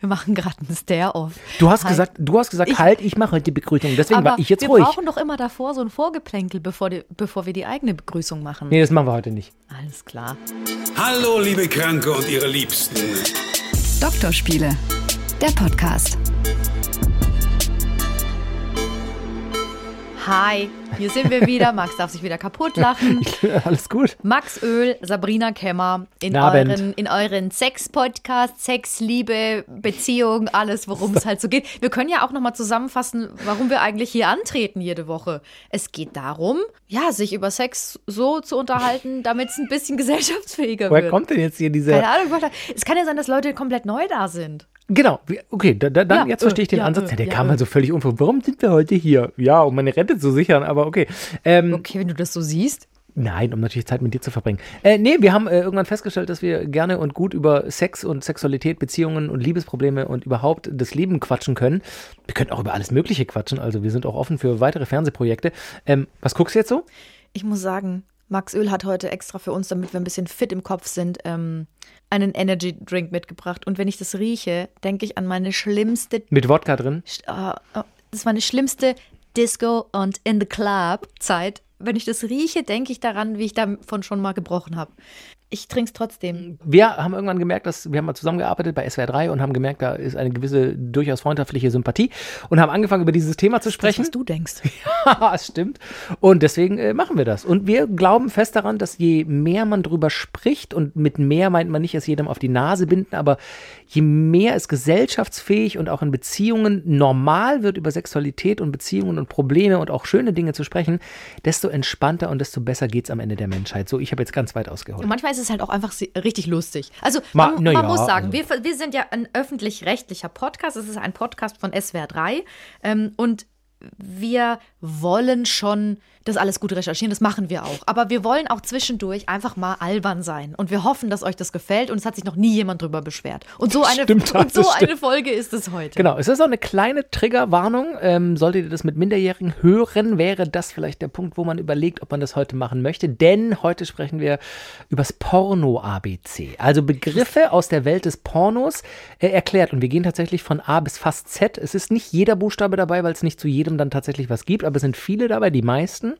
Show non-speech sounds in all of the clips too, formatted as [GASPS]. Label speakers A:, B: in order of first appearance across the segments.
A: Wir machen gerade einen Stare-Off.
B: Du hast
A: Halt.
B: gesagt, du hast gesagt,
A: Ich-
B: halt, ich mache heute die Begrüßung. Deswegen
A: Aber
B: war ich jetzt
A: wir
B: ruhig.
A: brauchen doch immer davor so ein Vorgeplänkel, bevor, die, bevor wir die eigene Begrüßung machen.
B: Nee, das machen wir heute nicht. [LAUGHS]
A: Alles klar.
C: Hallo, liebe Kranke und ihre Liebsten.
D: Doktorspiele, der Podcast.
A: Hi, hier sind wir
B: [LAUGHS]
A: wieder. Max darf sich wieder kaputt lachen.
B: Alles gut.
A: Max Öl, Sabrina Kemmer in
B: Guten Abend.
A: euren, in euren Sex-Podcasts, Sex, Liebe, Beziehung, alles, worum
B: [LAUGHS]
A: es halt so geht. Wir können ja auch nochmal zusammenfassen, warum wir eigentlich hier antreten jede Woche. Es geht darum, ja, sich über Sex so zu unterhalten, damit es ein bisschen [LAUGHS] gesellschaftsfähiger
B: Woher
A: wird.
B: kommt denn jetzt hier
A: Keine
B: diese?
A: Ahnung, Walter. es kann ja sein, dass Leute komplett neu da sind.
B: Genau. wie- Okay, da, da, dann
A: Ja,
B: jetzt verstehe ich
A: äh,
B: den
A: ja,
B: Ansatz.
A: äh,
B: Ja, der
A: ja,
B: kam
A: äh.
B: also völlig unvor. Warum sind wir heute hier? Ja, um meine Rente zu sichern, aber okay. Ähm,
A: Okay, wenn du das so siehst.
B: Nein, um natürlich Zeit mit dir zu verbringen. Äh, nee, wir haben äh, irgendwann festgestellt, dass wir gerne und gut über Sex und Sexualität, Beziehungen und Liebesprobleme und überhaupt das Leben quatschen können. Wir können auch über alles Mögliche quatschen, also wir sind auch offen für weitere Fernsehprojekte. Ähm, was guckst du jetzt so?
A: Ich muss sagen, Max Öl hat heute extra für uns, damit wir ein bisschen fit im Kopf sind, ähm, einen Energy Drink mitgebracht. Und wenn ich das rieche, denke ich an meine schlimmste.
B: Mit Wodka drin?
A: Sch- ah, ah, Das war eine schlimmste Disco und in the Club Zeit. Wenn ich das rieche, denke ich daran, wie ich davon schon mal gebrochen habe. Ich trinke es trotzdem.
B: Wir haben irgendwann gemerkt, dass wir haben mal zusammengearbeitet bei SWR 3 und haben gemerkt, da ist eine gewisse durchaus freundschaftliche Sympathie und haben angefangen über dieses Thema zu
A: Das,
B: sprechen. [LAUGHS]
A: was du denkst.
B: Haha, es stimmt. Und deswegen äh, machen wir das. Und wir glauben fest daran, dass je mehr man drüber spricht, und mit mehr meint man nicht, es jedem auf die Nase binden, aber je mehr es gesellschaftsfähig und auch in Beziehungen normal wird, über Sexualität und Beziehungen und Probleme und auch schöne Dinge zu sprechen, desto entspannter und desto besser geht es am Ende der Menschheit. So, ich habe jetzt ganz weit
A: Und
B: ausgeholt.
A: manchmal ist es halt auch einfach si- richtig lustig. Also
B: Ma-
A: man,
B: na
A: man
B: ja,
A: muss sagen,
B: also-
A: wir, ver- wir sind ja ein öffentlich-rechtlicher Podcast. Es ist ein Podcast von SWR 3. Ähm, und wir wollen schon das alles gut recherchieren, das machen wir auch. Aber wir wollen auch zwischendurch einfach mal albern sein. Und wir hoffen, dass euch das gefällt und es hat sich noch nie jemand drüber beschwert. Und so eine, [LAUGHS]
B: stimmt,
A: und so
B: das stimmt.
A: eine Folge ist es heute.
B: Genau, es ist auch eine kleine Triggerwarnung. Ähm, solltet ihr das mit Minderjährigen hören, wäre das vielleicht der Punkt, wo man überlegt, ob man das heute machen möchte. Denn heute sprechen wir übers Porno-ABC. Also Begriffe aus der Welt des Pornos äh, erklärt. Und wir gehen tatsächlich von A bis fast Z. Es ist nicht jeder Buchstabe dabei, weil es nicht zu jedem dann tatsächlich was gibt, aber es sind viele dabei, die meisten.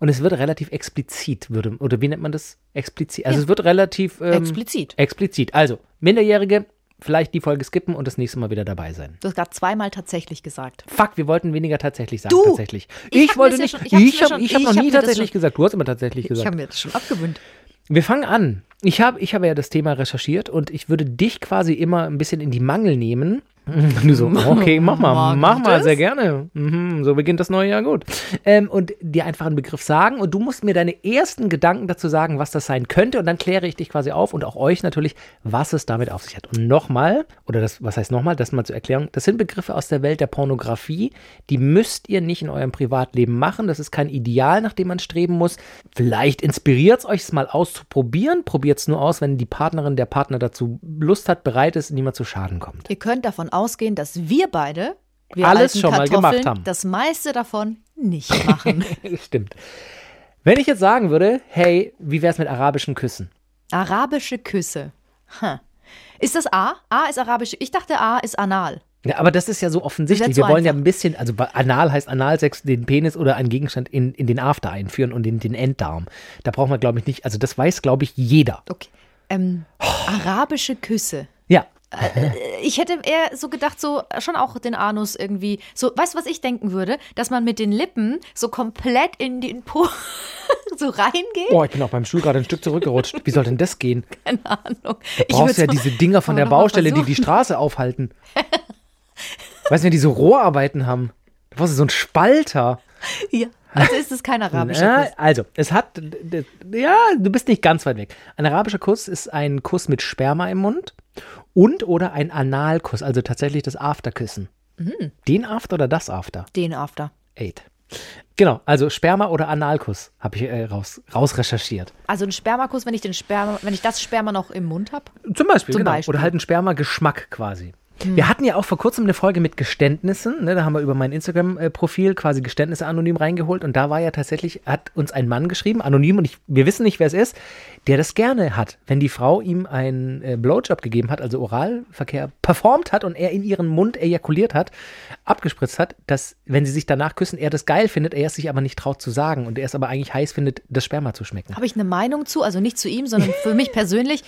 B: Und es wird relativ explizit, würde, oder wie nennt man das? Explizit. Also es wird relativ ähm,
A: Explizit.
B: Explizit. Also, Minderjährige, vielleicht die Folge skippen und das nächste Mal wieder dabei sein.
A: Du hast gerade zweimal tatsächlich gesagt.
B: Fuck, wir wollten weniger tatsächlich sagen.
A: Du!
B: Tatsächlich.
A: Ich
B: Ich,
A: hab
B: wollte
A: mir das
B: nicht.
A: ja schon- ich
B: ich
A: hab's mir
B: habe
A: schon-
B: ich hab
A: ich
B: noch
A: hab
B: nie
A: mir das
B: tatsächlich
A: schon-
B: gesagt. Du hast immer tatsächlich
A: Ich habe
B: gesagt.
A: mir das schon abgewöhnt.
B: Wir fangen an. Ich habe ich habe ja das Thema recherchiert und ich würde dich quasi immer ein bisschen in die Mangel nehmen. [LAUGHS] Du so, okay, mach mal,
A: Mag
B: mach
A: ich
B: mal,
A: das?
B: sehr gerne. Mhm, so beginnt das neue Jahr gut. Ähm, und dir einfach einen Begriff sagen und du musst mir deine ersten Gedanken dazu sagen, was das sein könnte und dann kläre ich dich quasi auf und auch euch natürlich, was es damit auf sich hat. Und nochmal, oder das, was heißt nochmal, das mal zur Erklärung, das sind Begriffe aus der Welt der Pornografie, die müsst ihr nicht in eurem Privatleben machen. Das ist kein Ideal, nach dem man streben muss. Vielleicht inspiriert es euch, es mal auszuprobieren. Probiert es nur aus, wenn die Partnerin, der Partner dazu Lust hat, bereit ist, niemand zu Schaden kommt.
A: Ihr könnt davon ausgehen, dass wir beide wir
B: Alles
A: alten
B: schon mal
A: Kartoffeln,
B: gemacht haben.
A: Das meiste davon nicht
B: [LAUGHS]
A: machen.
B: Stimmt. Wenn ich jetzt sagen würde, hey, wie wär's mit arabischen Küssen?
A: Arabische Küsse. Hm. Ist das A? A ist arabische. Ich dachte, A ist anal.
B: Ja, aber das ist ja so offensichtlich.
A: Das wär
B: Wir
A: zu
B: wollen ja
A: einfach.
B: ein bisschen, also ba- anal heißt Analsex, den Penis oder einen Gegenstand in, in den After einführen und in den Enddarm. Da braucht man, glaube ich, nicht, also das weiß, glaube ich, jeder.
A: Okay. Ähm, arabische Küsse.
B: Ja,
A: Ich hätte eher so gedacht, so schon auch den Anus irgendwie. So, weißt du, was ich denken würde? Dass man mit den Lippen so komplett in den Po [LAUGHS] so reingeht.
B: Boah, Oh, ich bin auch beim Stuhl gerade ein Stück zurückgerutscht. Wie soll denn das gehen?
A: Keine Ahnung.
B: Oh, Du brauchst ja diese Dinger von der Baustelle, die die Straße [LAUGHS] aufhalten. weißt du, wenn die so Rohrarbeiten haben. Du brauchst so einen Spalter.
A: [LAUGHS] Ja. Also ist es kein arabischer
B: Na,
A: Kuss.
B: also, es hat. d- d- Ja, du bist nicht ganz weit weg. Ein arabischer Kuss ist ein Kuss mit Sperma im Mund und oder ein Analkuss, also tatsächlich das Afterküssen.
A: Mhm.
B: Den After oder das After?
A: Den After.
B: Eight. Genau, also Sperma oder Analkuss habe ich äh, raus, rausrecherchiert.
A: Also ein Spermakuss, wenn ich den Sperma, wenn ich das Sperma noch im Mund habe.
B: Zum Beispiel,
A: Zum
B: genau.
A: Beispiel.
B: Oder halt ein Sperma-Geschmack quasi. Wir hatten ja auch vor kurzem eine Folge mit Geständnissen. Ne? Da haben wir über mein Instagram-Profil quasi Geständnisse anonym reingeholt. Und da war ja tatsächlich, hat uns ein Mann geschrieben, anonym, und ich, wir wissen nicht, wer es ist, der das gerne hat, wenn die Frau ihm einen äh, Blowjob gegeben hat, also Oralverkehr performt hat und er in ihren Mund ejakuliert hat, abgespritzt hat, dass, wenn sie sich danach küssen, er das geil findet, er es sich aber nicht traut zu sagen. Und er es aber eigentlich heiß findet, das Sperma zu schmecken.
A: Habe ich eine Meinung zu, also nicht zu ihm, sondern für mich persönlich,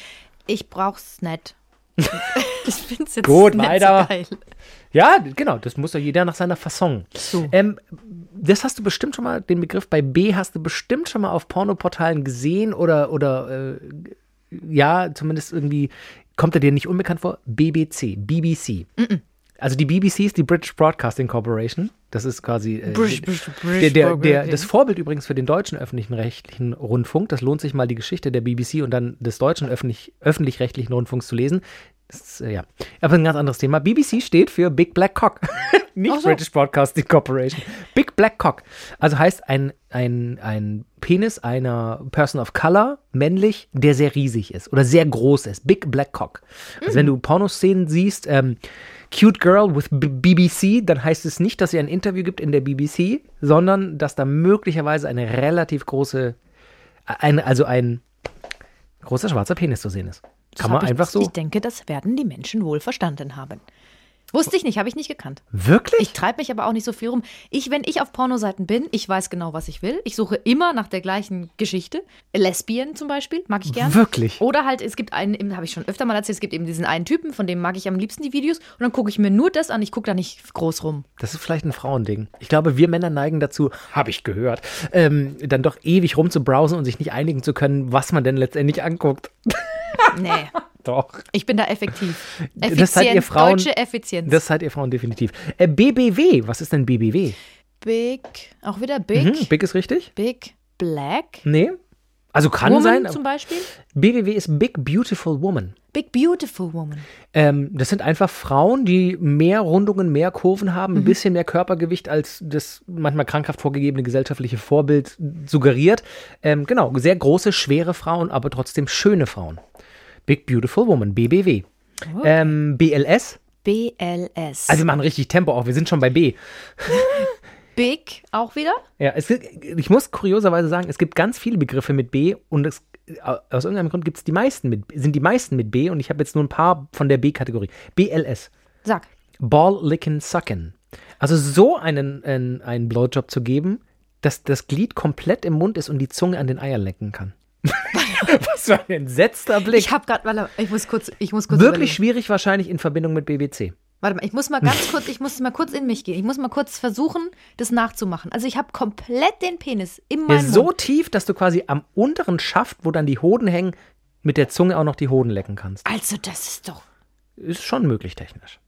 A: ich brauch's nicht. [LAUGHS] ich find's jetzt
B: Gut,
A: nicht
B: weiter.
A: so geil.
B: Ja, genau, das muss doch jeder nach seiner Fasson.
A: So.
B: Ähm, das hast du bestimmt schon mal, den Begriff bei B hast du bestimmt schon mal auf Pornoportalen gesehen oder, oder äh, ja, zumindest irgendwie kommt er dir nicht unbekannt vor. BBC, BBC. Also die BBC ist die British Broadcasting Corporation. Das ist quasi äh,
A: British-
B: die-
A: British
B: der, der, der,
A: Broadcasting.
B: das Vorbild übrigens für den deutschen öffentlichen rechtlichen Rundfunk. Das lohnt sich mal die Geschichte der BBC und dann des deutschen öffentlich, öffentlich-rechtlichen Rundfunks zu lesen. Das ist, äh, ja, aber ein ganz anderes Thema. BBC steht für Big Black Cock. [LAUGHS] Nicht British Broadcasting Corporation. Big Black Cock. Also heißt ein, ein, ein Penis einer Person of Color, männlich, der sehr riesig ist oder sehr groß ist. Big Black Cock. Also
A: Mhm.
B: wenn du Pornoszenen siehst, ähm, Cute Girl with B BBC, dann heißt es nicht, dass sie ein Interview gibt in der BBC, sondern dass da möglicherweise eine relativ große, ein, also ein großer schwarzer Penis zu sehen ist.
A: Das
B: Kann man
A: hab ich,
B: einfach so.
A: Ich denke, das werden die Menschen wohl verstanden haben. Wusste ich nicht, habe ich nicht gekannt.
B: Wirklich?
A: Ich treibe mich aber auch nicht so viel rum. Ich, wenn ich auf Pornoseiten bin, ich weiß genau, was ich will. Ich suche immer nach der gleichen Geschichte. Lesbien zum Beispiel, mag ich gern.
B: Wirklich?
A: Oder halt, es gibt einen, habe ich schon öfter mal erzählt, es gibt eben diesen einen Typen, von dem mag ich am liebsten die Videos. Und dann gucke ich mir nur das an, ich gucke da nicht groß
B: [LAUGHS]
A: rum.
B: Das ist vielleicht ein Frauending. Ich glaube, wir Männer neigen dazu, habe ich gehört, ähm, dann doch ewig rumzubrowsen und sich nicht einigen zu können, was man denn letztendlich anguckt.
A: Nee,
B: Doch.
A: ich bin da effektiv. Effizient,
B: Das seid ihr Frauen-
A: deutsche Effizienz.
B: Das seid ihr Frauen definitiv. Äh, BBW, was ist denn BBW?
A: big, auch wieder big,
B: Hm,
A: big,
B: Big ist richtig?
A: black.
B: Nee. Also kann
A: Woman
B: sein.
A: zum
B: aber-
A: Beispiel.
B: BBW ist Big Beautiful Woman.
A: Big Beautiful Woman.
B: Ähm, das sind einfach Frauen, die mehr Rundungen, mehr Kurven haben, ein bisschen mehr Körpergewicht als das manchmal krankhaft vorgegebene gesellschaftliche Vorbild suggeriert. Ähm, genau, sehr große, schwere Frauen, aber trotzdem schöne Frauen. Big Beautiful Woman, BBW. Ähm, BLS,
A: BLS.
B: also wir machen richtig Tempo auch, wir sind schon bei B.
A: Big auch wieder?
B: Ja, es, gibt- ich muss kurioserweise sagen, es gibt ganz viele Begriffe mit B und es, äh, aus irgendeinem Grund gibt's die meisten mit, sind die meisten mit B und ich habe jetzt nur ein paar von der B-Kategorie. BLS.
A: Sag.
B: Ball licken sucken. Also so einen, einen, einen Blowjob zu geben, dass das Glied komplett im Mund ist und die Zunge an den Eiern lecken
A: [LAUGHS]
B: kann. Was für ein entsetzter Blick.
A: Ich habe gerade, ich muss kurz, ich muss kurz.
B: Wirklich
A: überlegen.
B: schwierig wahrscheinlich in Verbindung mit BBC.
A: Warte mal, ich muss mal ganz
B: [LAUGHS]
A: kurz, ich muss mal kurz in mich gehen. Ich muss mal kurz versuchen, das nachzumachen. Also ich habe komplett den Penis in
B: Der
A: meinem
B: ist so
A: Mund.
B: tief, dass du quasi am unteren Schaft, wo dann die Hoden hängen, mit der Zunge auch noch die Hoden lecken kannst.
A: Also das ist doch,
B: Ist schon möglich technisch.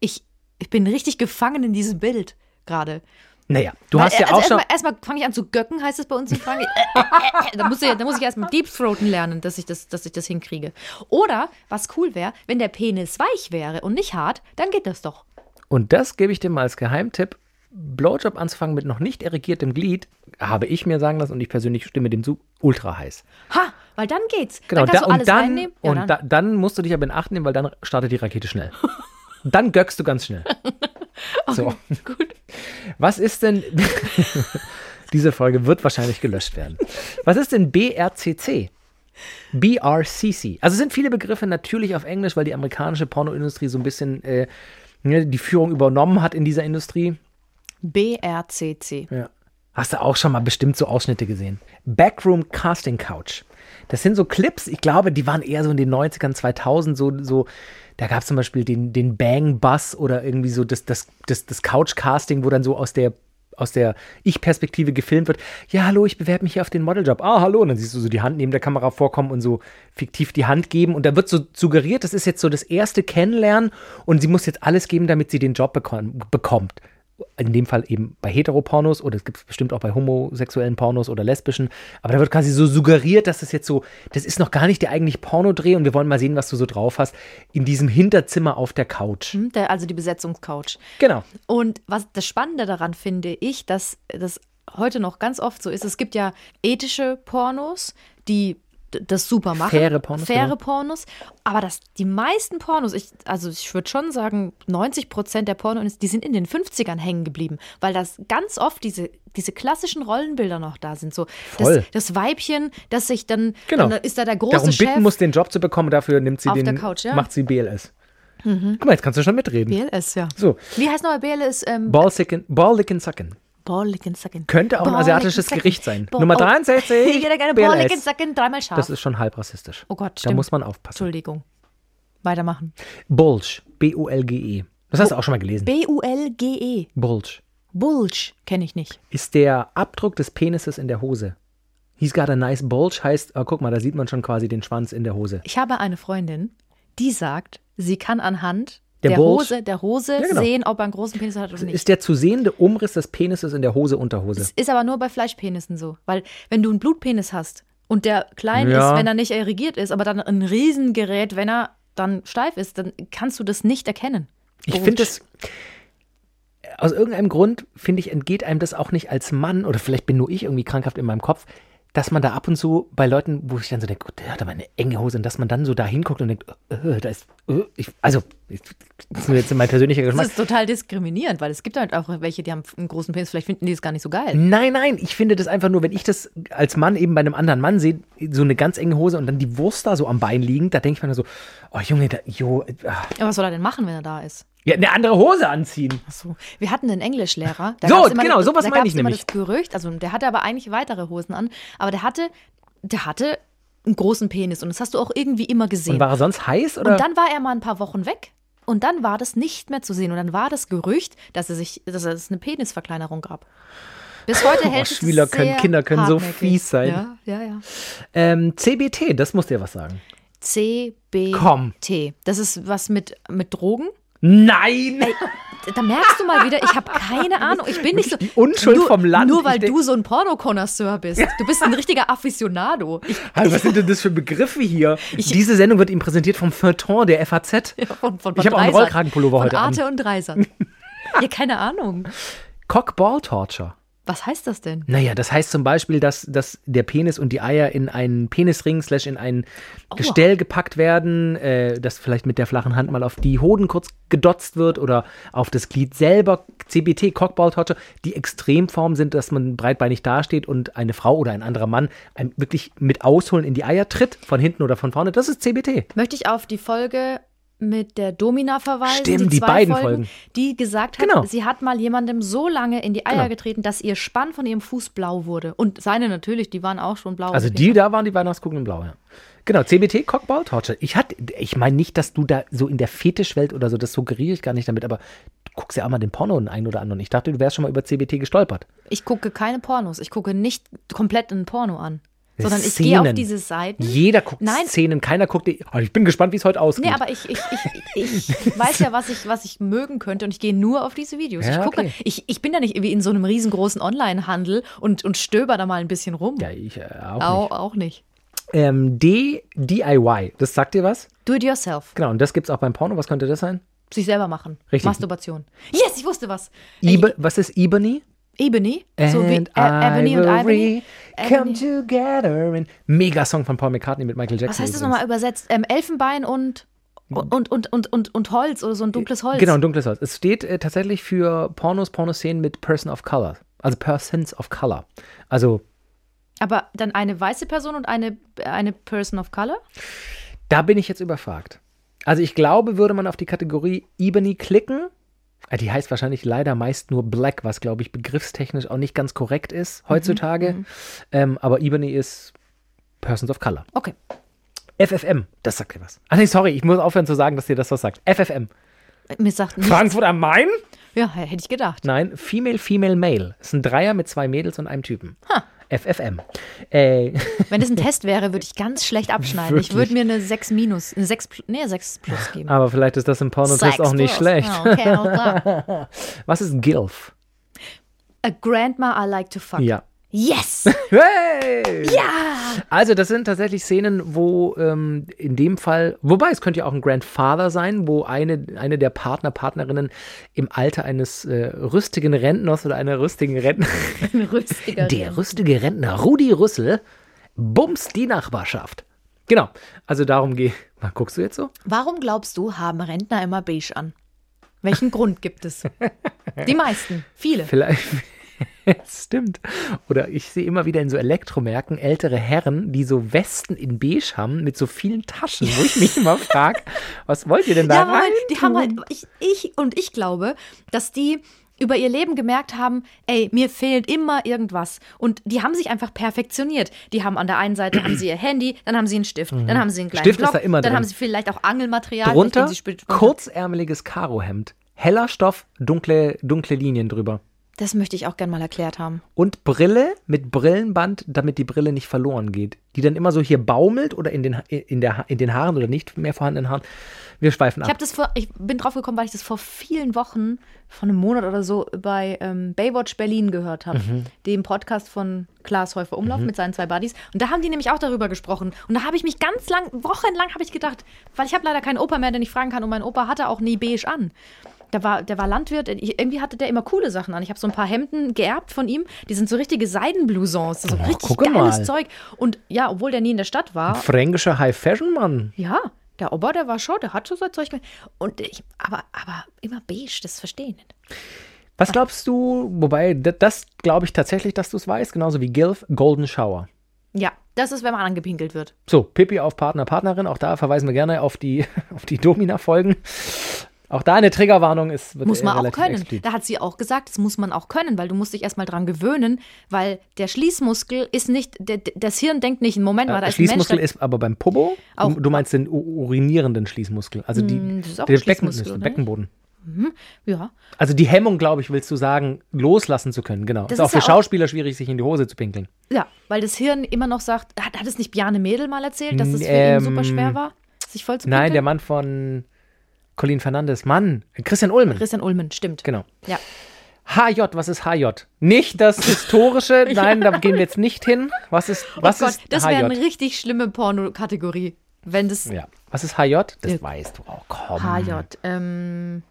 A: ich, ich bin richtig gefangen in diesem Bild gerade.
B: Naja, du hast
A: Weil,
B: ja
A: also
B: auch schon.
A: erstmal, erstmal fange ich an zu göcken, heißt es bei uns in Frankreich. Äh, äh, äh, da, muss ich, da muss ich erstmal Deepthroaten lernen, dass ich das, dass ich das hinkriege. Oder was cool wäre, wenn der Penis weich wäre und nicht hart, dann geht das doch.
B: Und das gebe ich dir mal als Geheimtipp. Blowjob anzufangen mit noch nicht erregiertem Glied, habe ich mir sagen lassen und ich persönlich stimme dem zu, ultra heiß.
A: Ha, weil dann geht's.
B: Genau,
A: dann kannst
B: da,
A: du alles
B: und, dann,
A: reinnehmen. Ja,
B: und dann. Da, dann musst du dich aber in Acht nehmen, weil dann startet die Rakete
A: [LAUGHS]
B: schnell. dann göckst du ganz schnell. So.
A: Gut.
B: Was ist denn. [LAUGHS] Diese Folge wird wahrscheinlich gelöscht werden. Was ist denn BRCC? BRCC. Also sind viele Begriffe natürlich auf Englisch, weil die amerikanische Pornoindustrie so ein bisschen äh, ne, die Führung übernommen hat in dieser Industrie.
A: BRCC.
B: Ja. Hast du auch schon mal bestimmt so Ausschnitte gesehen? Backroom Casting Couch. Das sind so Clips, ich glaube, die waren eher so in den 90ern, 2000, so, so da gab es zum Beispiel den, den Bang Bus oder irgendwie so das, das, das, das Couch-Casting, wo dann so aus der, aus der Ich-Perspektive gefilmt wird. Ja, hallo, ich bewerbe mich hier auf den Modeljob. Ah, hallo. Und dann siehst du so die Hand neben der Kamera vorkommen und so fiktiv die Hand geben. Und da wird so suggeriert, das ist jetzt so das erste Kennenlernen und sie muss jetzt alles geben, damit sie den Job bekon- bekommt in dem Fall eben bei Heteropornos oder es gibt es bestimmt auch bei homosexuellen Pornos oder lesbischen, aber da wird quasi so suggeriert, dass es jetzt so, das ist noch gar nicht der eigentliche Pornodreh und wir wollen mal sehen, was du so drauf hast in diesem Hinterzimmer auf der Couch.
A: Hm, der- Also die Besetzungscouch.
B: Genau.
A: Und was das Spannende daran finde ich, dass das heute noch ganz oft so ist, es gibt ja ethische Pornos, die d- das super machen.
B: Faire Pornos,
A: Faire
B: genau.
A: Pornos. Aber das, die meisten Pornos, ich, also ich würde schon sagen, 90 Prozent der Pornos, die sind in den 50ern hängen geblieben, weil das ganz oft diese, diese klassischen Rollenbilder noch da sind. So
B: Voll.
A: Das, das Weibchen, das sich dann,
B: Genau.
A: dann ist da der große
B: Darum bitten
A: Chef.
B: muss, den Job zu bekommen, dafür nimmt sie
A: Auf
B: den,
A: der Couch, ja.
B: macht sie BLS. Guck mal, jetzt kannst du schon mitreden.
A: BLS, ja.
B: So.
A: Wie heißt nochmal BLS? Ähm,
B: Ballsicken, Ballicken Sacken.
A: Ballicken Sacken.
B: Könnte auch ein asiatisches Gericht sein. Nummer
A: [LAUGHS]
B: 63,
A: Jeder oh. gerne
B: BLS.
A: Ballicken Sacken, dreimal scharf.
B: Das ist schon halb rassistisch.
A: oh Gott,
B: Da
A: stimmt.
B: muss man aufpassen.
A: Entschuldigung. Weitermachen.
B: Bulge, B-U-L-G-E. E. Das hast du auch schon mal gelesen.
A: B-U-L-G-E.
B: Bulge.
A: Bulge E. kenne ich nicht.
B: Ist der Abdruck des Penises in der Hose. He's got a nice bulge heißt, ah, guck mal, da sieht man schon quasi den Schwanz in der Hose.
A: Ich habe eine Freundin, die sagt, sie kann anhand
B: Der
A: der,
B: Bulge.
A: Hose, der Hose
B: Ja, genau.
A: sehen, ob er einen großen Penis hat oder nicht.
B: Ist der zu sehende Umriss des Penises in der Hose Unterhose.
A: Es ist aber nur bei Fleischpenissen so. Weil wenn du einen Blutpenis hast und der klein
B: Ja.
A: ist, wenn er nicht erregiert ist, aber dann ein Riesengerät, wenn er dann steif ist, dann kannst du das nicht erkennen.
B: Ich
A: Bulge.
B: finde es. Aus irgendeinem Grund, finde ich, entgeht einem das auch nicht als Mann, oder vielleicht bin nur ich irgendwie krankhaft in meinem Kopf, dass man da ab und zu bei Leuten, wo ich dann so denke, Gott, der hat aber eine enge Hose, und dass man dann so da hinguckt und denkt, äh, da ist. Äh, ich, also, ich, das ist nur jetzt mein persönlicher Geschmack.
A: Das ist total diskriminierend, weil es gibt halt auch welche, die haben einen großen Penis, vielleicht finden die es gar nicht so geil.
B: Nein, nein, ich finde das einfach nur, wenn ich das als Mann eben bei einem anderen Mann sehe, so eine ganz enge Hose und dann die Wurst da so am Bein liegend, da denke ich mir nur so, oh Junge, da, jo, äh, ah.
A: Aber was soll er denn machen, wenn er da ist?
B: ja, eine andere Hose anziehen.
A: Ach so. Wir hatten einen Englischlehrer. Da
B: So,
A: gab's immer,
B: genau, sowas
A: da
B: meine
A: gab's
B: ich
A: immer
B: nämlich.
A: Das Gerücht, also der hatte aber eigentlich weitere Hosen an, aber der hatte, der hatte einen großen Penis und das hast du auch irgendwie immer gesehen.
B: Und war er sonst heiß oder?
A: Und dann war er mal ein paar Wochen weg und dann war das nicht mehr zu sehen und dann war das Gerücht, dass er sich, dass es eine Penisverkleinerung gab. Bis heute hält sich das
B: Schwuler können-
A: sehr
B: Kinder können so
A: hartnäckig.
B: fies sein.
A: Ja, ja, ja.
B: ähm, CBT, das muss dir was sagen.
A: CBT.
B: Komm.
A: Das ist was mit, mit Drogen.
B: Nein!
A: Da merkst du mal wieder, ich habe keine
B: [LAUGHS]
A: Ahnung. Ich bin nicht so.
B: die Unschuld
A: nur,
B: vom Land.
A: Nur
B: Ich
A: weil
B: denk-
A: du so ein Pornokonnoisseur bist. Du bist ein richtiger Aficionado. Ich,
B: Also, was sind denn das für Begriffe hier? Diese Sendung wird Ihnen präsentiert vom Feuilleton der FAZ.
A: von, von, von
B: [LAUGHS] Ich hab auch einen
A: Dreisat.
B: Rollkragenpullover
A: von
B: heute an.
A: Arte und [LAUGHS] Dreisat. Ja, keine Ahnung.
B: Cockball Torture.
A: Was heißt das denn?
B: Naja, das heißt zum Beispiel, dass, dass der Penis und die Eier in einen Penisring slash in ein Gestell gepackt werden, äh, dass vielleicht mit der flachen Hand mal auf die Hoden kurz gedotzt wird oder auf das Glied selber. CBT, Cockball Torture, die Extremformen sind, dass man breitbeinig dasteht und eine Frau oder ein anderer Mann einem wirklich mit Ausholen in die Eier tritt, von hinten oder von vorne. Das ist CBT.
A: Möchte ich auf die Folge mit der Domina verweisen,
B: Stimmt, die
A: zwei
B: beiden Folgen.
A: die gesagt hat,
B: Genau.
A: sie hat mal jemandem so lange in die Eier
B: Genau.
A: getreten, dass ihr Spann von ihrem Fuß blau wurde. Und seine natürlich, die waren auch schon blau.
B: Also die da waren die Weihnachtskugeln in blau, ja. Genau, CBT, Cockball, Torture. Ich hatte, ich meine nicht, dass du da so in der Fetischwelt oder so, das suggeriere ich gar nicht damit, aber du guckst ja auch mal den Porno den einen oder anderen. Ich dachte, du wärst schon mal über CBT gestolpert.
A: Ich gucke keine Pornos. Ich gucke nicht komplett einen Porno an. Sondern ich gehe
B: Szenen.
A: auf diese Seiten.
B: Jeder guckt
A: Nein.
B: Szenen, keiner guckt die. Oh, ich bin gespannt, wie es heute ausgeht.
A: Nee, aber ich, ich, ich, ich weiß ja, was ich, was ich mögen könnte und ich gehe nur auf diese Videos.
B: Ja,
A: ich gucke,
B: okay.
A: ich, ich bin ja nicht irgendwie in so einem riesengroßen Online-Handel und, und stöber da mal ein bisschen rum.
B: ja, ich äh, auch
A: Au-
B: nicht.
A: auch nicht.
B: Ähm, D, DIY, das sagt dir was?
A: Do it yourself.
B: Genau, und das gibt's auch beim Porno. Was könnte das sein?
A: Sich selber machen.
B: Richtig.
A: Masturbation. Yes, ich wusste was.
B: Ibe, was ist Ebony?
A: Ey, Ebony. Äh, so wie Ä- Ebony und Ivory.
B: come
A: Ebony.
B: together. in- Mega-Song von Paul McCartney mit Michael Jackson.
A: Was heißt das
B: übrigens.
A: nochmal übersetzt? Ähm, Elfenbein und, und, und, und, und, und Holz oder so ein dunkles Holz.
B: Genau, ein dunkles Holz. Es steht äh, tatsächlich für Pornos, Pornoszenen mit Person of Color. Also Persons of Color. Also
A: Aber dann eine weiße Person und eine, eine Person of Color?
B: da bin ich jetzt überfragt. Also ich glaube, würde man auf die Kategorie Ebony klicken, äh, die heißt wahrscheinlich leider meist nur Black, was glaube ich begriffstechnisch auch nicht ganz korrekt ist heutzutage. Ähm, aber Ebony ist Persons of Color.
A: Okay.
B: FFM, das sagt dir was. Ach nee, sorry, ich muss aufhören zu sagen, dass dir das was sagt. FFM.
A: Mir sagt nichts.
B: Frankfurt am Main?
A: Ja, hätte ich gedacht.
B: Nein, Female, Female, Male. Ist ein Dreier mit zwei Mädels und einem Typen. FFM. Äh, [LAUGHS]
A: Wenn das ein Test wäre, würde ich ganz schlecht abschneiden. Ich würde mir eine 6 minus, eine 6, pl- nee, 6 plus geben.
B: Ah, aber vielleicht ist das im Pornotest
A: Sex
B: auch nicht
A: plus.
B: schlecht.
A: Ja, okay, alles klar.
B: [LAUGHS] Was ist GILF?
A: A grandma I like to fuck.
B: Ja. [LAUGHS]
A: Yes!
B: Hey! Ja! Also, das sind tatsächlich Szenen, wo ähm, in dem Fall, wobei es könnte ja auch ein Grandfather sein, wo eine, eine der Partner, Partnerinnen im Alter eines äh, rüstigen Rentners oder einer rüstigen Rentnerin
A: Ein Rüstiger.
B: Der rüstige Rentner Rudi Rüssel Bums die Nachbarschaft. Genau. Also darum [LAUGHS] geht. Guckst du jetzt so?
A: Warum glaubst du, haben Rentner immer beige an? Welchen Grund gibt es? Die meisten, viele.
B: Vielleicht. [LAUGHS] Stimmt. Oder ich sehe immer wieder in so Elektromärkten ältere Herren, die so Westen in beige haben mit so vielen Taschen, wo ich
A: [LAUGHS]
B: mich immer frage, was wollt ihr denn da
A: Ja, aber
B: rein?
A: halt, die haben halt, ich, ich und ich glaube, dass die über ihr Leben gemerkt haben, ey, mir fehlt immer irgendwas. Und die haben sich einfach perfektioniert. Die haben an der einen Seite haben sie ihr Handy, dann haben sie einen Stift, dann haben sie einen kleinen
B: Mhm. Stift ist
A: Block,
B: da immer
A: dann
B: drin.
A: haben sie vielleicht auch Angelmaterial. vielleicht gehen
B: Drunter
A: sie spät-
B: kurzärmeliges Karohemd, heller Stoff, dunkle, dunkle Linien drüber.
A: Das möchte ich auch gerne mal erklärt haben.
B: Und Brille mit Brillenband, damit die Brille nicht verloren geht. Die dann immer so hier baumelt oder in den, Ha- in der, Ha- in den Haaren oder nicht mehr vorhandenen Haaren. Wir schweifen
A: Ich, hab
B: ab.
A: das vor, ich bin drauf gekommen, weil ich das vor vielen Wochen, vor einem Monat oder so, bei ähm, Baywatch Berlin gehört habe. Dem Podcast von Klaas Häufer Umlauf mit seinen zwei Buddies. Und da haben die nämlich auch darüber gesprochen. Und da habe ich mich ganz lang, wochenlang habe ich gedacht, weil ich habe leider keinen Opa mehr, den ich fragen kann. Und mein Opa hatte auch nie beige an. Der war, der war Landwirt. Ich- Irgendwie hatte der immer coole Sachen an. Ich habe so ein paar Hemden geerbt von ihm. Die sind so richtige Seidenblousons. So richtig
B: gucke
A: geiles
B: mal.
A: Zeug. Und ja, obwohl der nie in der Stadt war,
B: Fränkischer High-Fashion-Mann.
A: ja, der Ober, der war schon, der hat schon so Zeug gemacht. Und ich, aber, aber immer beige, das verstehe ich nicht.
B: Was glaubst du, wobei, d- das glaube ich tatsächlich, dass du es weißt, genauso wie Gilf, Golden Shower.
A: Ja, das ist, wenn man angepinkelt wird.
B: So, Pippi auf Partner, Partnerin. Auch da verweisen wir gerne auf die, [LAUGHS] auf die Domina-Folgen. Auch da eine Triggerwarnung ist. Wird
A: Muss
B: eher
A: man auch
B: relativ
A: können.
B: explizit.
A: Da hat sie auch gesagt, das muss man auch können, weil du musst dich erstmal dran gewöhnen, weil der Schließmuskel ist nicht, der, der- das Hirn denkt nicht, Moment mal, da ist ein Mensch.
B: Äh, Schließmuskel
A: drin.
B: ist aber beim Popo.
A: Auch- Hm,
B: du, du meinst den u- urinierenden Schließmuskel. Also die,
A: das ist auch
B: der
A: ein
B: Becken,
A: Schließmuskel, oder?
B: Beckenboden.
A: ja,
B: Also die Hemmung, glaube ich, willst du sagen, loslassen zu können. Genau.
A: Das
B: ist auch
A: ist
B: für
A: ja auch-
B: Schauspieler schwierig, sich in die Hose zu pinkeln.
A: ja, weil das Hirn immer noch sagt, hat, hat es nicht Bjarne Mädel mal erzählt, dass es für ihn
B: Ähm,
A: super schwer war, sich voll zu
B: Nein, der
A: pinkeln?
B: Mann von Colin Fernandes. Mann, Christian Ulmen.
A: Christian Ulmen, stimmt.
B: Genau.
A: Ja.
B: HJ, was ist HJ? Nicht das
A: [LAUGHS]
B: historische, nein, da gehen wir jetzt nicht hin. Was ist, was
A: Oh Gott,
B: ist
A: das
B: HJ?
A: wäre eine richtig schlimme Pornokategorie, wenn das
B: Ja. Was ist HJ? Das
A: Ja.
B: weißt du. auch. komm.
A: HJ, ähm,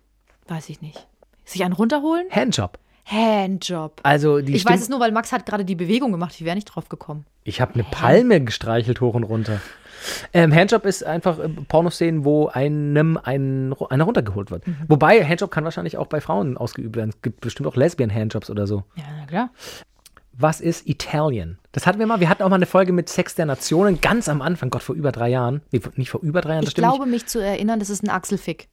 A: weiß ich nicht. Sich einen runterholen?
B: Handjob.
A: Handjob.
B: Also die
A: Ich
B: Stimm-
A: weiß es nur, weil Max hat gerade die Bewegung gemacht. Ich wäre nicht drauf gekommen.
B: Ich habe eine Palme gestreichelt hoch und runter. Ähm, Handjob ist einfach äh, Pornoszenen, wo einem ein, einer runtergeholt wird.
A: Mhm.
B: Wobei Handjob kann wahrscheinlich auch bei Frauen ausgeübt werden. Es gibt bestimmt auch Lesbian-Handjobs oder so.
A: Ja, na klar.
B: Was ist Italian? Das hatten wir mal. Wir hatten auch mal eine Folge mit Sex der Nationen ganz am Anfang, Gott, vor über drei Jahren. Nee, vor- nicht vor über drei Jahren, das
A: Ich
B: stimmt
A: glaube, mich zu erinnern, das ist ein Achselfick.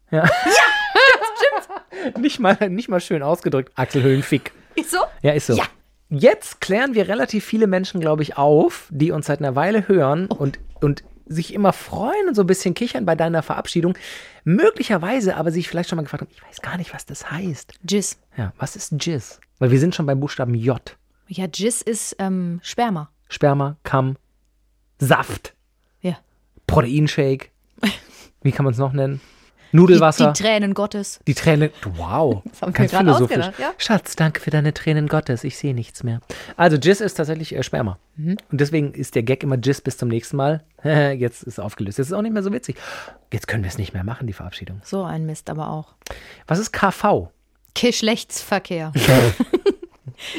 B: nicht. [LAUGHS] Nicht mal, nicht mal schön ausgedrückt. Achselhöhlenfick.
A: Ist so?
B: Ja, ist so.
A: Ja.
B: Jetzt klären wir relativ viele Menschen, glaube ich, auf, die uns seit einer Weile hören
A: Oh.
B: und, und sich immer freuen und so ein bisschen kichern bei deiner Verabschiedung. Möglicherweise aber sich vielleicht schon mal gefragt haben, ich weiß gar nicht, was das heißt.
A: Jizz.
B: Ja, was ist Jizz? Weil wir sind schon beim Buchstaben J.
A: Ja, Jizz ist ähm, Sperma.
B: Sperma, Kamm, Saft,
A: Ja.
B: Proteinshake. Wie kann man es noch nennen?
A: Die,
B: Nudelwasser.
A: die Tränen Gottes.
B: Die Tränen. Wow.
A: [LAUGHS] Das haben wir
B: ganz
A: gerade
B: philosophisch.
A: ausgedacht, ja.
B: Schatz, danke für deine Tränen Gottes. Ich sehe nichts mehr. Also, Jizz ist tatsächlich äh, Sperma.
A: Mhm.
B: Und deswegen ist der Gag immer Jizz bis zum nächsten Mal. [LAUGHS] Jetzt ist aufgelöst. Jetzt ist auch nicht mehr so witzig. Jetzt können wir es nicht mehr machen, die Verabschiedung.
A: So ein Mist aber auch.
B: Was ist KV?
A: [LAUGHS] Geschlechtsverkehr.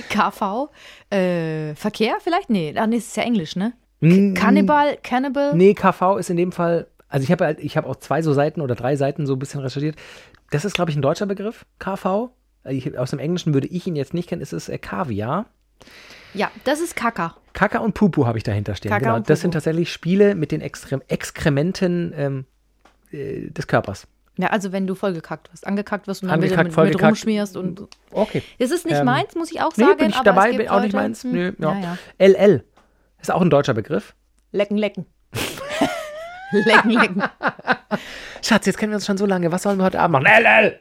A: KV. Äh, Verkehr vielleicht? Nee, ah, nee, es ist ja Englisch, ne?
B: Mm,
A: Cannibal, Cannibal.
B: Nee, KV ist in dem Fall. Also, ich habe halt, ich habe auch zwei so Seiten oder drei Seiten so ein bisschen recherchiert. Das ist, glaube ich, ein deutscher Begriff. KV. Äh, Ich, aus dem Englischen würde ich ihn jetzt nicht kennen. Es ist äh, Kaviar.
A: Ja, das ist Kaka.
B: Kaka und Pupu habe ich dahinter stehen.
A: Kaka
B: genau.
A: und
B: Das
A: Pupu.
B: sind tatsächlich Spiele mit den Extre Exkrementen ähm, äh, des Körpers.
A: Ja, also wenn du vollgekackt wirst, angekackt wirst und dann
B: Angekackt,
A: mit, mit
B: vollgekackt.
A: rumschmierst und
B: Okay.
A: Es ist nicht
B: Ähm,
A: meins, muss ich auch
B: Nee,
A: sagen.
B: bin ich
A: aber
B: dabei,
A: es
B: bin
A: gibt
B: auch nicht
A: Leute,
B: meins.
A: hm,
B: Nö, ja.
A: ja, ja.
B: LL. Ist auch ein deutscher Begriff.
A: Lecken,
B: [LAUGHS]
A: lecken. lecken, lecken.
B: Schatz, jetzt kennen wir uns schon so lange. Was sollen wir heute Abend machen? LL!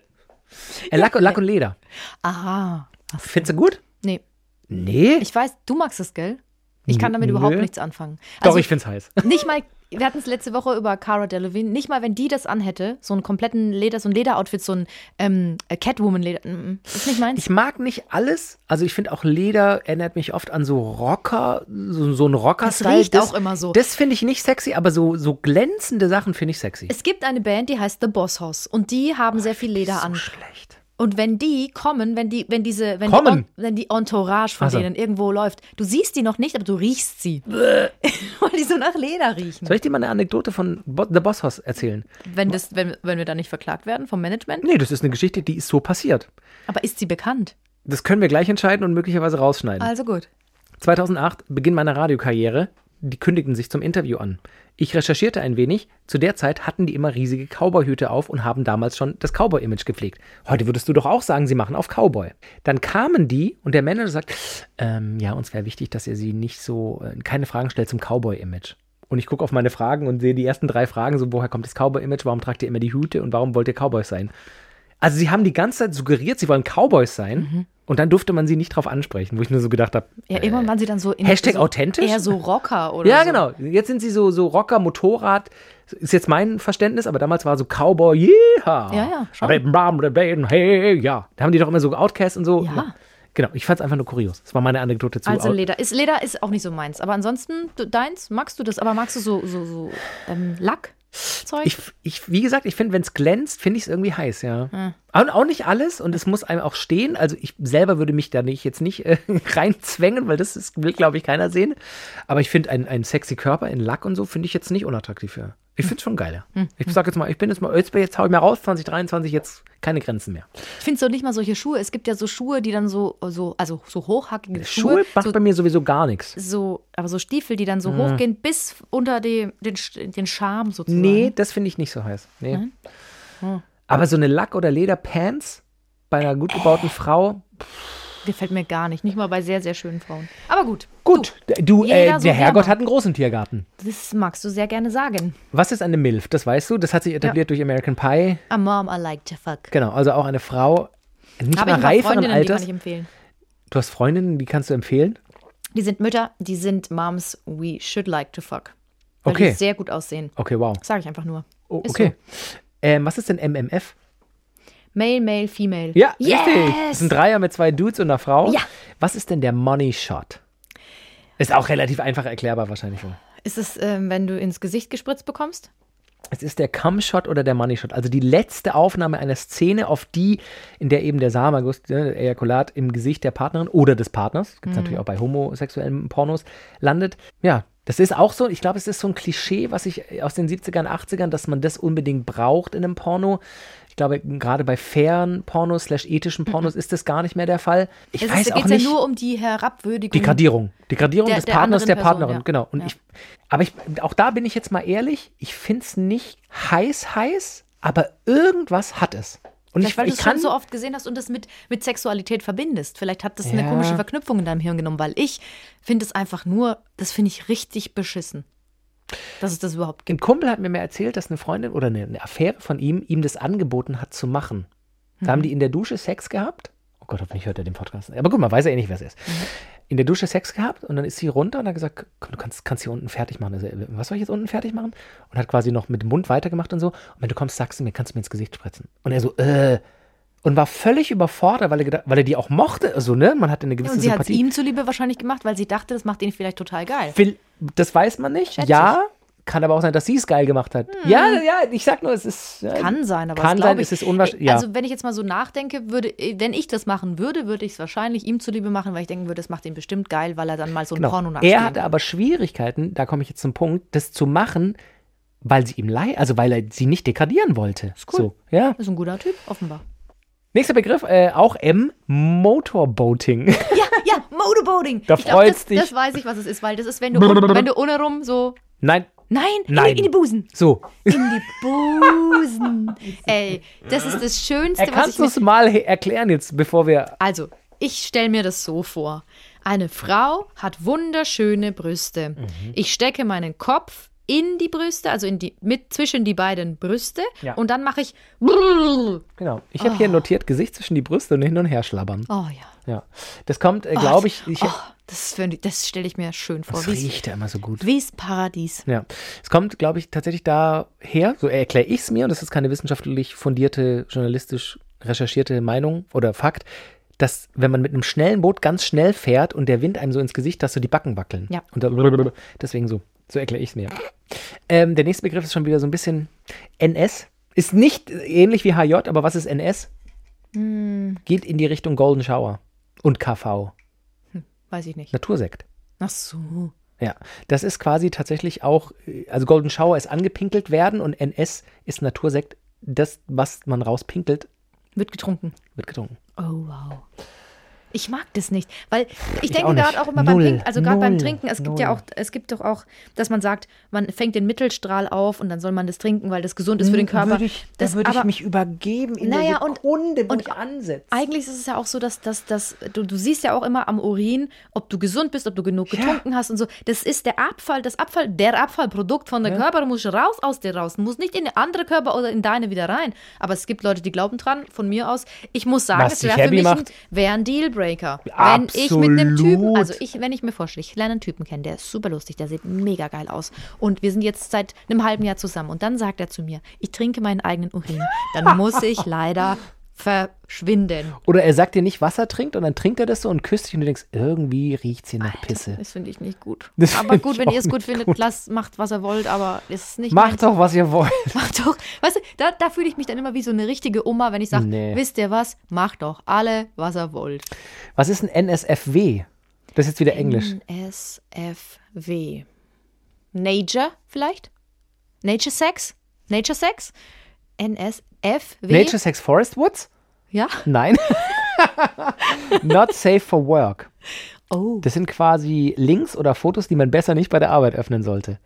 B: Äh, Lack, und- Lack und Leder.
A: Aha.
B: Findest du gut?
A: Nee,
B: Nee.
A: ich weiß, du magst es, gell? Ich kann damit
B: Nö.
A: überhaupt nichts anfangen.
B: Doch,
A: Also,
B: ich find's heiß.
A: nicht mal, wir hatten es letzte Woche über Cara Delevingne, nicht mal, wenn die das anhätte, so einen kompletten Leder, so ein Lederoutfit, so ein ähm, Catwoman-Leder, mm, mm, ist nicht meins.
B: Ich mag nicht alles. Also ich finde auch Leder erinnert mich oft an so Rocker, so, so ein Rocker-Style.
A: riecht auch immer so.
B: Das finde ich nicht sexy, aber so, so glänzende Sachen finde ich sexy.
A: es gibt eine Band, die heißt The Boss Hoss und die haben sehr viel Leder an.
B: schlecht.
A: Und wenn die kommen, wenn die, wenn diese, wenn,
B: Kommen? Also.
A: Die, wenn die Entourage von
B: Ach so.
A: denen irgendwo läuft, du siehst die noch nicht, aber du riechst sie. [LAUGHS] Weil die so nach Leder riechen.
B: Soll ich dir mal eine Anekdote von Bo The Boss Hoss erzählen?
A: Wenn, das, wenn, wenn wir da nicht verklagt werden vom Management.
B: Nee, das ist eine Geschichte, die ist so passiert.
A: Aber ist sie bekannt?
B: Das können wir gleich entscheiden und möglicherweise rausschneiden.
A: Also gut.
B: 2008, Beginn meiner Radiokarriere, die kündigten sich zum Interview an. Ich recherchierte ein wenig. Zu der Zeit hatten die immer riesige Cowboy-Hüte auf und haben damals schon das Cowboy-Image gepflegt. Heute würdest du doch auch sagen, sie machen auf Cowboy. Dann kamen die und der Manager sagt, ähm, ja, uns wäre wichtig, dass ihr sie nicht so, äh, keine Fragen stellt zum Cowboy-Image. Und ich gucke auf meine Fragen und sehe die ersten drei Fragen, so, woher kommt das Cowboy-Image, warum tragt ihr immer die Hüte und warum wollt ihr Cowboys sein? Also sie haben die ganze Zeit suggeriert, sie wollen Cowboys sein und dann durfte man sie nicht drauf ansprechen, wo ich nur so gedacht habe,
A: Ja, irgendwann waren sie dann so in
B: äh, Hashtag
A: so,
B: authentisch?
A: Eher so
B: [LAUGHS]
A: Rocker oder
B: ja,
A: so.
B: genau. Jetzt sind sie so, so Rocker, Motorrad. Ist jetzt mein Verständnis, aber damals war so Cowboy,
A: Ja,
B: yeehaw.
A: ja, schon.
B: Aber bam, da, bam, Hey, ja. Da haben die doch immer so Outcast und so.
A: Ja.
B: Genau, ich fand's einfach nur kurios. Das war meine Anekdote zu
A: Also
B: Out-
A: Leder ist Leder ist auch nicht so meins, aber ansonsten du, deins magst du das, aber magst du so so so ähm, Lackzeug?
B: ich, ich, wie gesagt, ich finde, wenn's glänzt, finde ich's irgendwie heiß, ja. Und auch nicht alles und es muss einem auch stehen. Also ich selber würde mich da nicht jetzt nicht äh, [LAUGHS] reinzwängen, weil das ist, will, glaube ich, keiner sehen. Aber ich finde, einen sexy Körper in Lack und so finde ich jetzt nicht unattraktiv, ja. Ich finde es schon geiler. Ich sag jetzt mal, ich bin jetzt mal, jetzt, bin- jetzt hau ich mal raus, 2023, jetzt keine Grenzen mehr.
A: Ich finde so nicht mal solche Schuhe. Es gibt ja so Schuhe, die dann so so also so hochhackige
B: Äh, Schuhe
A: Schuhe,
B: macht
A: so,
B: bei mir sowieso gar nichts.
A: so aber so Stiefel, die dann so hochgehen bis unter die, den Sch- den Charme sozusagen.
B: Nee, das finde ich nicht so heiß. Nee. Aber so eine Lack- oder Lederpants bei einer gut gebauten Frau,
A: gefällt mir gar nicht, nicht mal bei sehr sehr schönen Frauen. Aber gut.
B: Gut, du,
A: jeder
B: äh,
A: so, wie
B: der
A: er
B: Herrgott
A: mag.
B: hat einen großen Tiergarten.
A: Du, das magst du sehr gerne sagen.
B: Was ist eine MILF? Das weißt du, das hat sich etabliert durch American Pie.
A: A mom I like to fuck.
B: Genau, also auch eine Frau nicht
A: Habe
B: mal
A: ich mal
B: reiferen
A: Freundinnen, die kann
B: Alters.
A: ich empfehlen.
B: Du hast Freundinnen, die kannst du empfehlen?
A: Die sind Mütter, die sind Moms, we should like to fuck. Weil
B: Okay.
A: die sehr gut aussehen.
B: Okay, wow.
A: Sage ich einfach nur.
B: O-
A: Ist
B: okay. Ähm, was ist denn MMF?
A: Male, male, female.
B: Ja,
A: yes!
B: richtig. Das ist ein Dreier mit zwei Dudes und einer Frau.
A: Ja.
B: Was ist denn der Money Shot? Ist auch relativ einfach erklärbar wahrscheinlich. Schon.
A: Ist es, ähm, wenn du ins Gesicht gespritzt bekommst?
B: Es ist der Cum-Shot oder der Money-Shot, also die letzte Aufnahme einer Szene, auf die, in der eben der Samenerguss, ne, Ejakulat im Gesicht der Partnerin oder des Partners,
A: Mhm.
B: gibt es natürlich auch bei homosexuellen Pornos, landet. Ja, das ist auch so, ich glaube, es ist so ein Klischee, was ich aus den 70ern, 80ern, dass man das unbedingt braucht in einem Porno. Ich glaube, gerade bei fairen Pornos, slash ethischen Pornos ist das gar nicht mehr der Fall. Ich
A: Mhm. es
B: weiß
A: ist,
B: auch
A: geht's
B: nicht.
A: ja nur um die Herabwürdigung.
B: Degradierung. Degradierung
A: Der-
B: des
A: der
B: Partners,
A: anderen
B: der
A: Person,
B: Partnerin,
A: ja.
B: genau. Und
A: Ja.
B: ich, aber ich, auch da bin ich jetzt mal ehrlich, ich finde es nicht heiß, heiß, aber irgendwas hat es. Und
A: Vielleicht,
B: ich,
A: weil du
B: ich
A: es schon
B: kann
A: so oft gesehen hast und das mit, mit Sexualität verbindest. Vielleicht hat das
B: Ja.
A: eine komische Verknüpfung in deinem Hirn genommen, weil ich finde es einfach nur, das finde ich richtig beschissen. Dass es das überhaupt gibt.
B: Ein Kumpel hat mir mal erzählt, dass eine Freundin oder eine, eine Affäre von ihm ihm das angeboten hat zu machen. Da
A: Mhm.
B: haben die in der Dusche Sex gehabt. Oh Gott, hoffentlich hört er den Podcast. Aber gut, man weiß ja eh nicht, wer es ist.
A: Mhm.
B: In der Dusche Sex gehabt und dann ist sie runter und hat gesagt, komm, du kannst, kannst hier unten fertig machen. Also, äh, was soll ich jetzt unten fertig machen? Und hat quasi noch mit dem Mund weitergemacht und so. Und wenn du kommst, sagst du mir, kannst du mir ins Gesicht spritzen. Und er so, äh. Und war völlig überfordert, weil er, gedacht, weil er die auch mochte. Also, ne? Man hatte eine gewisse
A: Und sie hat es
B: Sympathie.
A: ihm zuliebe wahrscheinlich gemacht, weil sie dachte, das macht ihn vielleicht total geil.
B: Will, das weiß man nicht. ja, kann aber auch sein, dass sie es geil gemacht hat. Ja, ja, ich sag nur, es ist. Ja,
A: Hm. Kann sein, aber
B: äh, Kann
A: das glaub
B: sein,
A: ich,
B: es ist unwahrscheinlich. Ja.
A: Also wenn ich jetzt mal so nachdenke, würde, äh, wenn ich das machen würde, würde ich es wahrscheinlich ihm zuliebe machen, weil ich denken würde, das macht ihn bestimmt geil, weil er dann mal so ein Porno
B: genau.
A: nachspielt.
B: Er hatte aber Schwierigkeiten, da komme ich jetzt zum Punkt, das zu machen, weil sie ihm leid, also weil er sie nicht degradieren wollte. Ist
A: cool.
B: So, ja.
A: ist ein guter Typ, offenbar.
B: Nächster Begriff, äh, auch M, Motorboating.
A: Ja, ja, Motorboating.
B: Da
A: ich glaub, das,
B: freut's dich.
A: Das weiß ich, was es ist, weil das ist,
B: [LAUGHS]
A: wenn du, un, wenn du ohne rum so,
B: Nein,
A: nein,
B: Nein.
A: In, in die Busen.
B: so.
A: In die Busen. Ey, das ist das Schönste, was ich
B: Kannst du
A: mir
B: es mal he- erklären jetzt, bevor wir.
A: Also, ich stelle mir das so vor. Eine Frau hat wunderschöne Brüste.
B: Mhm.
A: Ich stecke meinen Kopf in die Brüste, also in die, mit zwischen die beiden Brüste
B: Ja.
A: und dann mache ich Oh
B: Genau. Ich habe hier notiert, Gesicht zwischen die Brüste und hin und her schlabbern.
A: ja.
B: Ja. Das kommt, äh, glaube ich. ich
A: Oh, das find- das stelle ich mir schön vor.
B: das
A: Wie's,
B: riecht ja immer so gut.
A: wie's Paradies.
B: Ja, es kommt, glaube ich, tatsächlich daher, so erkläre ich es mir, und das ist keine wissenschaftlich fundierte, journalistisch recherchierte Meinung oder Fakt, dass wenn man mit einem schnellen Boot ganz schnell fährt und der Wind einem so ins Gesicht, dass so die Backen wackeln.
A: Ja.
B: Und da, [LAUGHS] deswegen so, so erkläre ich es mir. Ähm, der nächste Begriff ist schon wieder so ein bisschen NS. Ist nicht ähnlich wie HJ, aber was ist NS?
A: Hm,
B: geht in die Richtung Golden Shower und KV,
A: Weiß ich nicht.
B: Natursekt.
A: Ach so.
B: Ja, das ist quasi tatsächlich auch, äh, also Golden Shower ist angepinkelt werden und NS ist Natursekt. Das, was man rauspinkelt,
A: Wird getrunken.
B: wird getrunken.
A: Oh, wow. Ich mag das nicht, weil ich,
B: auch
A: denke gerade
B: nicht.
A: auch immer
B: Null.
A: beim Trinken, also gerade beim
B: Null.
A: Trinken, es gibt ja
B: Null.
A: auch, es gibt doch auch, dass man sagt, man fängt den Mittelstrahl auf und dann soll man das trinken, weil das gesund ist für den
B: Hm,
A: Körper. das, aber
B: übergeben in
A: der Naja, und- Sekunde, wo und- ich
B: ansetze.
A: eigentlich ist es ja auch so, dass, dass, dass du, du siehst ja auch immer am Urin, ob du gesund bist, ob du genug getrunken hast und so. Das ist der Abfall, das Abfall, der Abfallprodukt von der Körper muss raus aus dir raus, muss nicht in andere Körper oder in deine wieder rein. Aber es gibt Leute, die glauben dran, von mir aus. Ich muss sagen,
B: Was
A: es
B: dich
A: wäre für
B: happy
A: mich ein,
B: macht.
A: wär ein Dealbreaker.
B: Absolut.
A: Wenn ich mit einem Typen, also ich, wenn ich mir vorstelle, ich lerne einen Typen kennen, der ist super lustig, der sieht mega geil aus. Und wir sind jetzt seit einem halben Jahr zusammen. Und dann sagt er zu mir, ich trinke meinen eigenen Urin. Dann muss
B: [LAUGHS]
A: ich leider verschwinden.
B: Oder er sagt dir nicht, was er trinkt und dann trinkt er das so und küsst dich und du denkst, irgendwie riecht sie nach Pisse.
A: Das finde ich nicht gut.
B: Das
A: aber
B: find
A: gut,
B: ich
A: wenn
B: auch
A: ihr es gut
B: nicht
A: findet,
B: gut.
A: lasst, macht, was ihr wollt, aber es ist nicht
B: [LAUGHS] Macht doch, was ihr wollt.
A: mein- Macht doch. Weißt du, da, da fühle ich mich dann immer wie so eine richtige Oma, wenn ich sage,
B: Nee.
A: wisst ihr was, macht doch alle, was ihr wollt.
B: Was ist ein NSFW? Das ist jetzt wieder Englisch.
A: NSFW. Nature vielleicht? Nature Sex? Nature Sex? NSFW?
B: Nature Sex Forest Woods?
A: Ja.
B: Nein. [LAUGHS] Not safe for work.
A: Oh.
B: Das sind quasi Links oder Fotos, die man besser nicht bei der Arbeit öffnen sollte.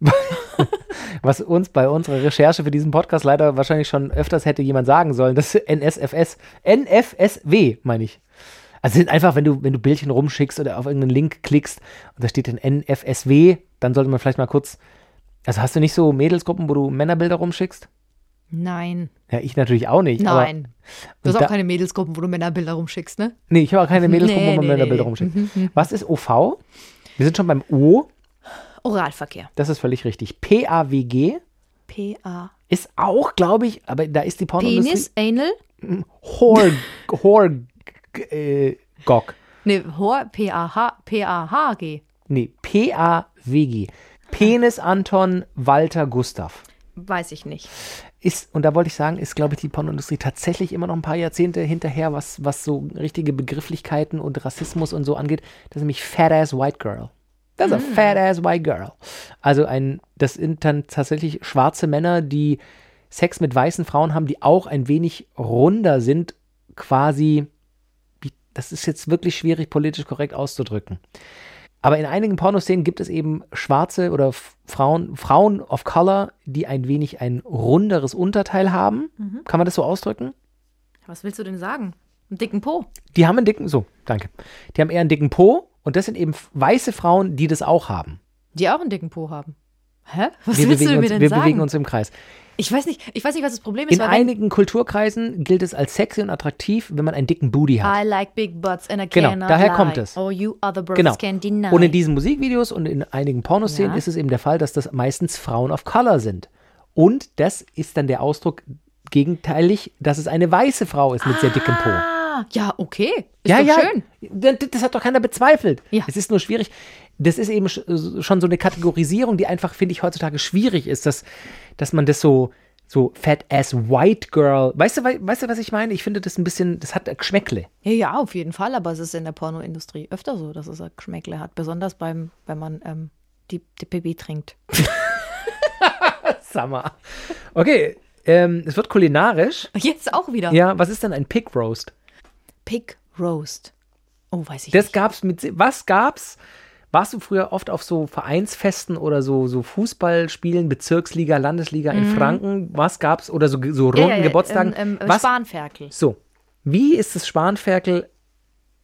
B: [LAUGHS] Was uns bei unserer Recherche für diesen Podcast leider wahrscheinlich schon öfters hätte jemand sagen sollen, das ist NSFS, NFSW, meine ich. Also sind einfach, wenn du, wenn du Bildchen rumschickst oder auf irgendeinen Link klickst und da steht dann NFSW, dann sollte man vielleicht mal kurz. Also hast du nicht so Mädelsgruppen, wo du Männerbilder rumschickst?
A: Nein.
B: Ja, ich natürlich auch nicht. aber-
A: Nein. Du hast
B: da-
A: auch keine Mädelsgruppen, wo du Männerbilder rumschickst, ne?
B: Nee, ich habe
A: [LAUGHS]
B: auch keine Mädelsgruppe,
A: Nee,
B: wo man
A: nee,
B: Männerbilder
A: nee.
B: rumschickt.
A: [LAUGHS]
B: Was ist OV? Wir sind schon beim O,
A: Oralverkehr.
B: das ist völlig richtig. PAWG
A: PA.
B: ist auch, glaube ich, aber da ist die Pornoindustrie.
A: Penis, Anal?
B: Horg, Horg, äh, Gog.
A: Ne, Hor, PAH, PAHG.
B: Nee, PAWG. Penis Anton Walter Gustav.
A: Weiß ich nicht.
B: Ist, und da wollte ich sagen, ist, glaube ich, die Pornoindustrie tatsächlich immer noch ein paar Jahrzehnte hinterher, was, was so richtige Begrifflichkeiten und Rassismus und so angeht. Das ist nämlich Fat Ass White Girl. Das ist a Fat Ass White Girl. Also ein, das sind dann tatsächlich schwarze Männer, die Sex mit weißen Frauen haben, die auch ein wenig runder sind, quasi. wie- Das ist jetzt wirklich schwierig, politisch korrekt auszudrücken. Aber in einigen Pornoszenen gibt es eben schwarze oder F- Frauen, Frauen of Color, die ein wenig ein runderes Unterteil haben.
A: Mhm.
B: Kann man das so ausdrücken?
A: Was willst du denn sagen? Einen dicken Po.
B: Die haben einen dicken, so, danke. Die haben eher einen dicken Po und das sind eben f- weiße Frauen, die das auch haben.
A: Die auch einen dicken Po haben. Hä? Was
B: wir
A: willst
B: bewegen
A: du mir
B: uns,
A: denn
B: wir
A: sagen?
B: bewegen uns im Kreis.
A: Ich weiß nicht, ich weiß nicht, was das Problem ist,
B: In
A: weil wenn-
B: einigen Kulturkreisen gilt es als sexy und attraktiv, wenn man einen dicken Booty hat.
A: I like big butts and I
B: Genau,
A: cannot
B: daher
A: lie.
B: kommt es.
A: Oh, you other birds
B: Genau.
A: can deny.
B: Und in diesen Musikvideos und in einigen Pornoszenen
A: Ja.
B: ist es eben der Fall, dass das meistens Frauen of Color sind. Und das ist dann der Ausdruck gegenteilig, dass es eine weiße Frau ist mit sehr dickem Po.
A: ah, ja, okay. Ist
B: ja,
A: doch
B: ja.
A: schön.
B: Das, das hat doch keiner bezweifelt.
A: Ja.
B: Es ist nur schwierig. Das ist eben sch- äh, schon so eine Kategorisierung, die einfach, finde ich, heutzutage schwierig ist, dass, dass man das so, so fat ass white girl. Weißt du, wei- weißt du, was ich meine? Ich finde das ein bisschen, das hat Geschmäckle.
A: Ja, ja, auf jeden Fall, aber es ist in der Pornoindustrie öfter so, dass es ein Geschmäckle hat. Besonders beim, wenn man ähm, die, die Baby trinkt.
B: Sag mal. Okay, ähm, es wird kulinarisch.
A: [LAUGHS] Jetzt auch wieder.
B: Ja, was ist denn ein Pig Roast?
A: Pig Roast. Oh, weiß ich
B: Das
A: nicht.
B: gab's mit was gab's? Warst du früher oft auf so Vereinsfesten oder so, so Fußballspielen, Bezirksliga, Landesliga in Franken? Was gab's oder so, so runden
A: Mhm. ja, ja,
B: Geburtstagen?
A: Ähm, ähm,
B: was?
A: Spanferkel.
B: so, wie ist das Spanferkel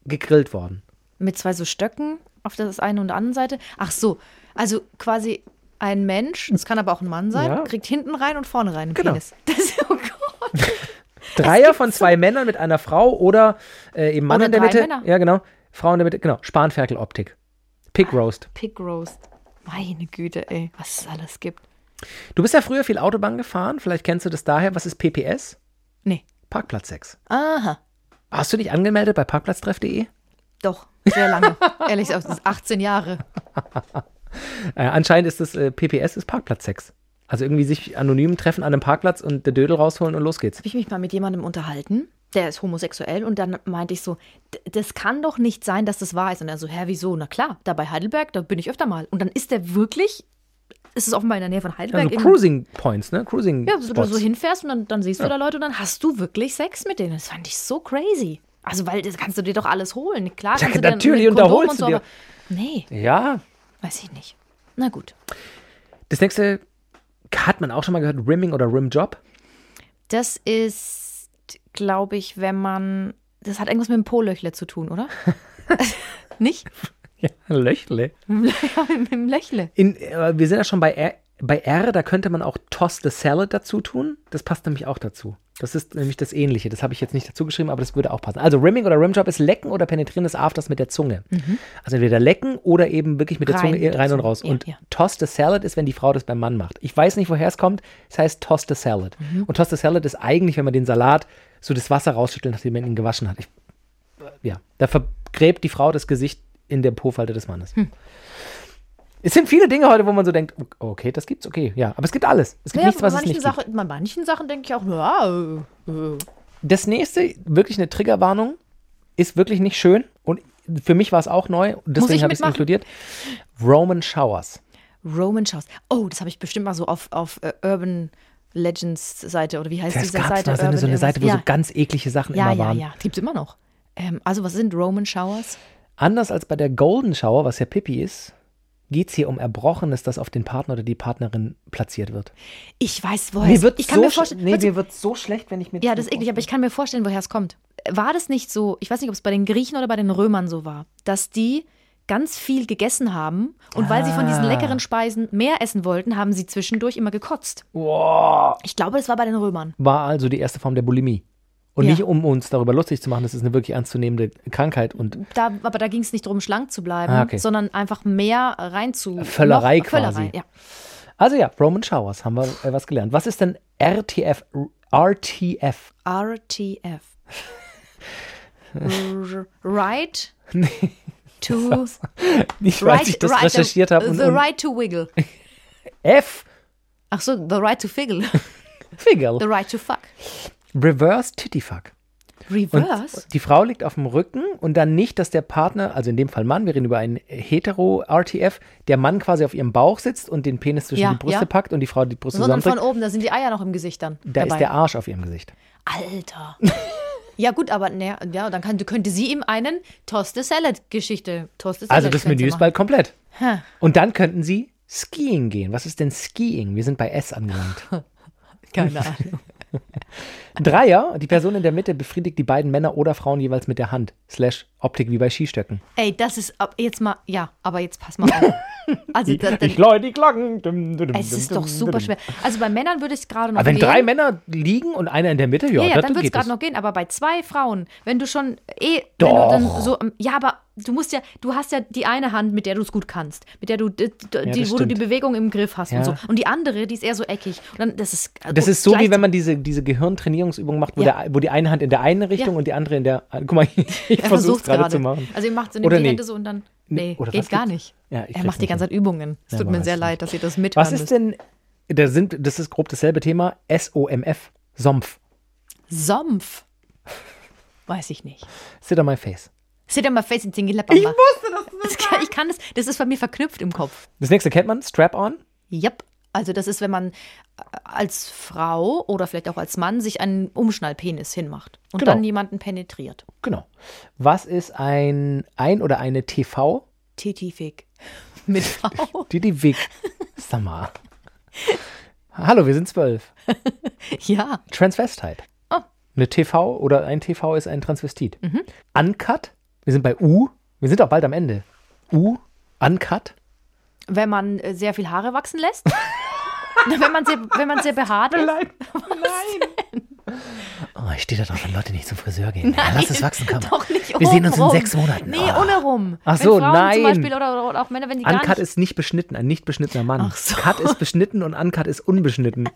B: gegrillt worden?
A: Mit zwei so Stöcken auf der einen und anderen Seite. Ach so, also quasi ein Mensch, das kann aber auch ein Mann sein,
B: Ja.
A: kriegt hinten rein und vorne rein einen
B: Genau.
A: Penis. [LAUGHS] Das, oh Gott.
B: Dreier von zwei Männern mit einer Frau oder äh, eben Mann
A: Oder
B: in der
A: drei
B: Mitte?
A: Männer.
B: Ja, genau. Frau in der Mitte, genau. Spanferkel-Optik. Pig Roast.
A: Pig Roast. Meine Güte, ey, was es alles gibt.
B: Du bist ja früher viel Autobahn gefahren, vielleicht kennst du das daher. Was ist PPS?
A: Nee.
B: Parkplatzsex.
A: Aha.
B: Hast du dich angemeldet bei parkplatztreff.de?
A: Doch, sehr lange. [LAUGHS] Ehrlich gesagt, das ist 18 Jahre.
B: Äh, anscheinend ist das äh, PPS ist Parkplatzsex. Also irgendwie sich anonym treffen an einem Parkplatz und der Dödel rausholen und los geht's.
A: Habe ich mich mal mit jemandem unterhalten, der ist homosexuell. Und dann meinte ich so, "D- das kann doch nicht sein, dass das wahr ist. Und er so, hä, wieso? Na klar, da bei Heidelberg, da bin ich öfter mal. Und dann ist der wirklich, ist es offenbar in der Nähe von
B: Also
A: Heidelberg. im-
B: Cruising Points, ne? Cruising
A: ja, so du
B: Spots.
A: so hinfährst und dann, dann siehst du da Leute und dann hast du wirklich Sex mit denen. Das fand ich so crazy. Also, weil das kannst du dir doch alles holen. Klar,
B: Ja,
A: kannst du dir
B: natürlich,
A: ein
B: und da
A: Kondom
B: holst
A: und so,
B: du dir-
A: aber Nee,
B: Ja,
A: weiß ich nicht. Na gut.
B: das nächste hat man auch schon mal gehört, Rimming oder Rimjob.
A: Das ist, glaube ich, wenn man. Das hat irgendwas mit dem Po-Löchler zu tun,
B: [LAUGHS]
A: oder? nicht?
B: Ja, [LAUGHS] Löchle.
A: mit dem Löchle.
B: In, äh, wir sind ja schon bei R, bei R, da könnte man auch Toss the Salad dazu tun. Das passt nämlich auch dazu. Das ist nämlich das Ähnliche. Das habe ich jetzt nicht dazu geschrieben, aber das würde auch passen. Also Rimming oder Rimjob ist Lecken oder Penetrieren des Afters mit der Zunge. Also entweder lecken oder eben wirklich mit der
A: Mhm. Rein
B: Zunge
A: mit der
B: rein und
A: Zunge.
B: raus.
A: Ja,
B: und
A: ja.
B: Toss the Salad ist, wenn die Frau das beim Mann macht. Ich weiß nicht, woher es kommt. Es heißt Toss the Salad.
A: Mhm.
B: Und Toss the Salad ist eigentlich, wenn man den Salat so das Wasser rausschüttelt, nachdem man ihn gewaschen hat. Ich, ja, da vergräbt die Frau das Gesicht in der Pofalte des Mannes. Es sind viele Dinge heute, wo man so denkt, oh, okay, das gibt's, okay, ja. Aber es gibt alles. Es gibt
A: Ja,
B: nichts, was
A: bei
B: es
A: manchen
B: nicht gibt.
A: Sachen, bei manchen Sachen denke ich auch, ja, äh, äh,
B: Das nächste, wirklich eine Triggerwarnung, ist wirklich nicht schön. Und für mich war es auch neu. und Deswegen
A: ich
B: habe ich es
A: mitmachen?
B: inkludiert. Roman Showers.
A: Roman Shows. Oh, das habe ich bestimmt mal so auf, auf äh, Urban Legends Seite oder wie heißt
B: Das
A: diese
B: gab
A: Seite?
B: mal so eine, so eine
A: Urban
B: Seite, wo
A: irgendwas.
B: so ganz eklige Sachen
A: ja,
B: immer
A: ja,
B: waren.
A: ja, ja. Die gibt es immer noch. Ähm, also, was sind Roman Showers?
B: Anders als bei der Golden Shower, was ja Pippi ist, geht's hier um Erbrochenes, das auf den Partner oder die Partnerin platziert wird.
A: Ich weiß, woher es Ich kann mir vorstellen.
B: nee,
A: Hör zu,
B: mir wird so schlecht, wenn ich mir
A: ja, das ist eklig, aber ich kann mir vorstellen, woher es kommt. War das nicht so, ich weiß nicht, ob es bei den Griechen oder bei den Römern so war, dass die ganz viel gegessen haben und weil sie von diesen
B: Ah.
A: leckeren Speisen mehr essen wollten, haben sie zwischendurch immer gekotzt.
B: Boah.
A: Ich glaube, das war bei den Römern.
B: War also die erste Form der Bulimie. Und
A: Ja.
B: nicht um uns darüber lustig zu machen, das ist eine wirklich anzunehmende Krankheit und
A: Da, aber da ging es nicht darum, schlank zu bleiben,
B: Ah, okay. Äh,
A: sondern einfach mehr rein zu.
B: Völlerei
A: noch, Völlerei,
B: quasi.
A: ja.
B: Also ja, Roman Showers haben wir äh, was gelernt. Was ist denn RTF? RTF?
A: RTF.
B: [LAUGHS]
A: R- right to.
B: Nicht, [LAUGHS] weil
A: right,
B: ich das
A: right-
B: recherchiert habe. und-
A: The
B: und-
A: right to
B: [LAUGHS]
A: wiggle.
B: F.
A: Ach so, the right to
B: [LAUGHS]
A: figgle.
B: Figel.
A: The right to fuck.
B: Reverse Tittyfuck. Und
A: Reverse?
B: die Frau liegt auf dem Rücken und dann nicht, dass der Partner, also in dem Fall Mann, wir reden über einen Hetero-RTF, der Mann quasi auf ihrem Bauch sitzt und den Penis zwischen
A: Ja,
B: die Brüste
A: ja.
B: packt und die Frau die Brüste
A: Sondern von
B: zusammendrückt.
A: oben, da sind die Eier noch im Gesicht dann.
B: Da
A: dabei.
B: ist der Arsch auf ihrem Gesicht.
A: Alter. [LAUGHS] ja, gut, aber ne, ja, dann kann, könnte sie ihm einen Toste Salad Geschichte. Toste Salad
B: Also das Menü ist bald komplett.
A: Huh.
B: Und dann könnten sie Skiing gehen. Was ist denn Skiing? Wir sind bei S angelangt. [LAUGHS]
A: Keine Ahnung.
B: Dreier, die Person in der Mitte befriedigt die beiden Männer oder Frauen jeweils mit der Hand. Slash Optik wie bei Skistöcken.
A: Ey, das ist ab jetzt mal. Ja, aber jetzt pass mal auf.
B: [LAUGHS]
A: Also, da, da,
B: läute die Glocken. Dum, dum, dum,
A: es ist
B: dum,
A: doch
B: dum,
A: super
B: dum.
A: schwer. Also bei Männern würde ich es gerade noch.
B: Aber wenn
A: gehen.
B: drei Männer liegen und einer in der Mitte,
A: Ja,
B: ja,
A: ja,
B: das
A: dann würde es
B: geht es.
A: gerade noch gehen, aber bei zwei Frauen, wenn du schon eh, wenn du
B: Doch.
A: dann so, ähm, ja, aber du musst ja, du hast ja die eine Hand, mit der du es gut kannst, mit der du, d- d- die,
B: das
A: wo du die
B: stimmt.
A: Bewegung im Griff hast
B: Ja.
A: und so, und die andere, die ist eher so eckig. Und dann, das ist,
B: Das
A: oh,
B: ist so,
A: gleich-
B: wie wenn man diese, diese Gehirntrainierungsübung macht, wo,
A: Ja.
B: der, wo die eine Hand in der einen Richtung
A: Ja.
B: und die andere in der. [LAUGHS] Guck mal, ich
A: er
B: versuche es
A: versucht
B: gerade zu machen.
A: Also ihr macht so
B: Oder
A: die
B: nee.
A: Hände so und dann, nee,
B: oder was
A: geht gar
B: gibt's?
A: nicht.
B: Ja, ich
A: er
B: krieg's
A: macht die
B: nicht
A: ganze Zeit Übungen. Es
B: Ja,
A: tut
B: man
A: mir sehr
B: weiß
A: leid, dass ihr das
B: Was
A: mithören
B: ist
A: müsst.
B: denn, da sind, das ist grob dasselbe Thema, SOMF, Sumpf.
A: Sumpf? Weiß ich nicht.
B: Sit on my face.
A: Sit on my face and sing it Ich wusste das. Kann, [LAUGHS] ich kann das, das ist bei mir verknüpft im Kopf.
B: Das nächste kennt man, Strap-on.
A: Yep. Also das ist, wenn man äh, als Frau oder vielleicht auch als Mann sich einen Umschnallpenis hinmacht und
B: Genau.
A: dann jemanden penetriert.
B: Genau. Was ist ein ein oder eine TV?
A: Titifig. [LAUGHS] Mit
B: [LAUGHS]
A: V.
B: Die
A: [LAUGHS]
B: die Weg. Sag mal. Hallo, wir sind zwölf.
A: ja.
B: Transvestite.
A: Oh.
B: Eine TV oder ein TV ist ein Transvestit.
A: Mhm.
B: Uncut. Wir sind bei U. Wir sind auch bald am Ende. U. Uncut.
A: Wenn man äh, sehr viel Haare wachsen lässt. Na, wenn man sehr, wenn man sehr behaart ist.
B: Oh, ich stehe da drauf, wenn Leute nicht zum Friseur gehen. Ja, lass es wachsen, komm.
A: Doch nicht
B: wir sehen uns in
A: obenrum.
B: sechs Monaten.
A: Nee,
B: oh.
A: ohne rum.
B: Ach so,
A: wenn Frauen
B: nein.
A: Zum Beispiel oder, oder auch Männer, wenn die gar
B: Uncut
A: nicht.
B: ist nicht beschnitten, ein nicht beschnittener Mann.
A: Ach so.
B: Cut ist beschnitten und Uncut
A: [LAUGHS]
B: ist unbeschnitten.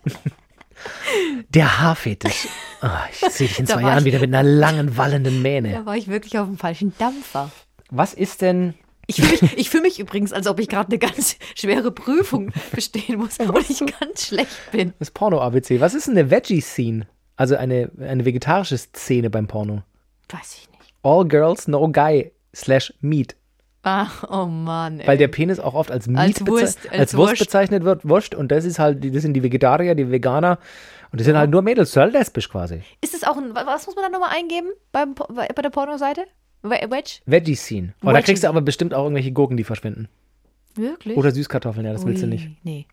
B: Der Haarfetisch. Oh, ich sehe dich in
A: [LAUGHS] Da
B: zwei
A: war
B: Jahren
A: ich-
B: wieder mit einer langen, wallenden Mähne.
A: da war ich wirklich auf dem falschen Dampfer.
B: Was ist denn
A: Ich fühle mich, ich fühl mich übrigens, als ob ich gerade eine ganz [LAUGHS] schwere
B: [LAUGHS]
A: Prüfung bestehen muss, obwohl ich ganz schlecht bin.
B: das Porno-ABC? Was ist denn eine Veggie-Scene? Also eine, eine vegetarische Szene beim Porno.
A: Weiß ich nicht.
B: All Girls, No Guy slash Meat.
A: Ah, oh Mann, ey.
B: Weil der Penis auch oft als Meat
A: Als
B: bezei-
A: Wurst, als
B: als Wurst
A: Wurst.
B: bezeichnet wird. Wurst. Und das ist halt, das sind die Vegetarier, die Veganer. Und das sind halt nur Mädels, halt lesbisch quasi.
A: ist es auch ein, wa- was muss man da nochmal eingeben beim, Po- bei bei der Pornoseite? We- Wedge?
B: Veggie Scene. Oh, da
A: Veggie
B: kriegst du
A: Scene.
B: aber bestimmt auch irgendwelche Gurken, die verschwinden.
A: Wirklich?
B: Oder Süßkartoffeln, ja, das willst du nicht.
A: Nee.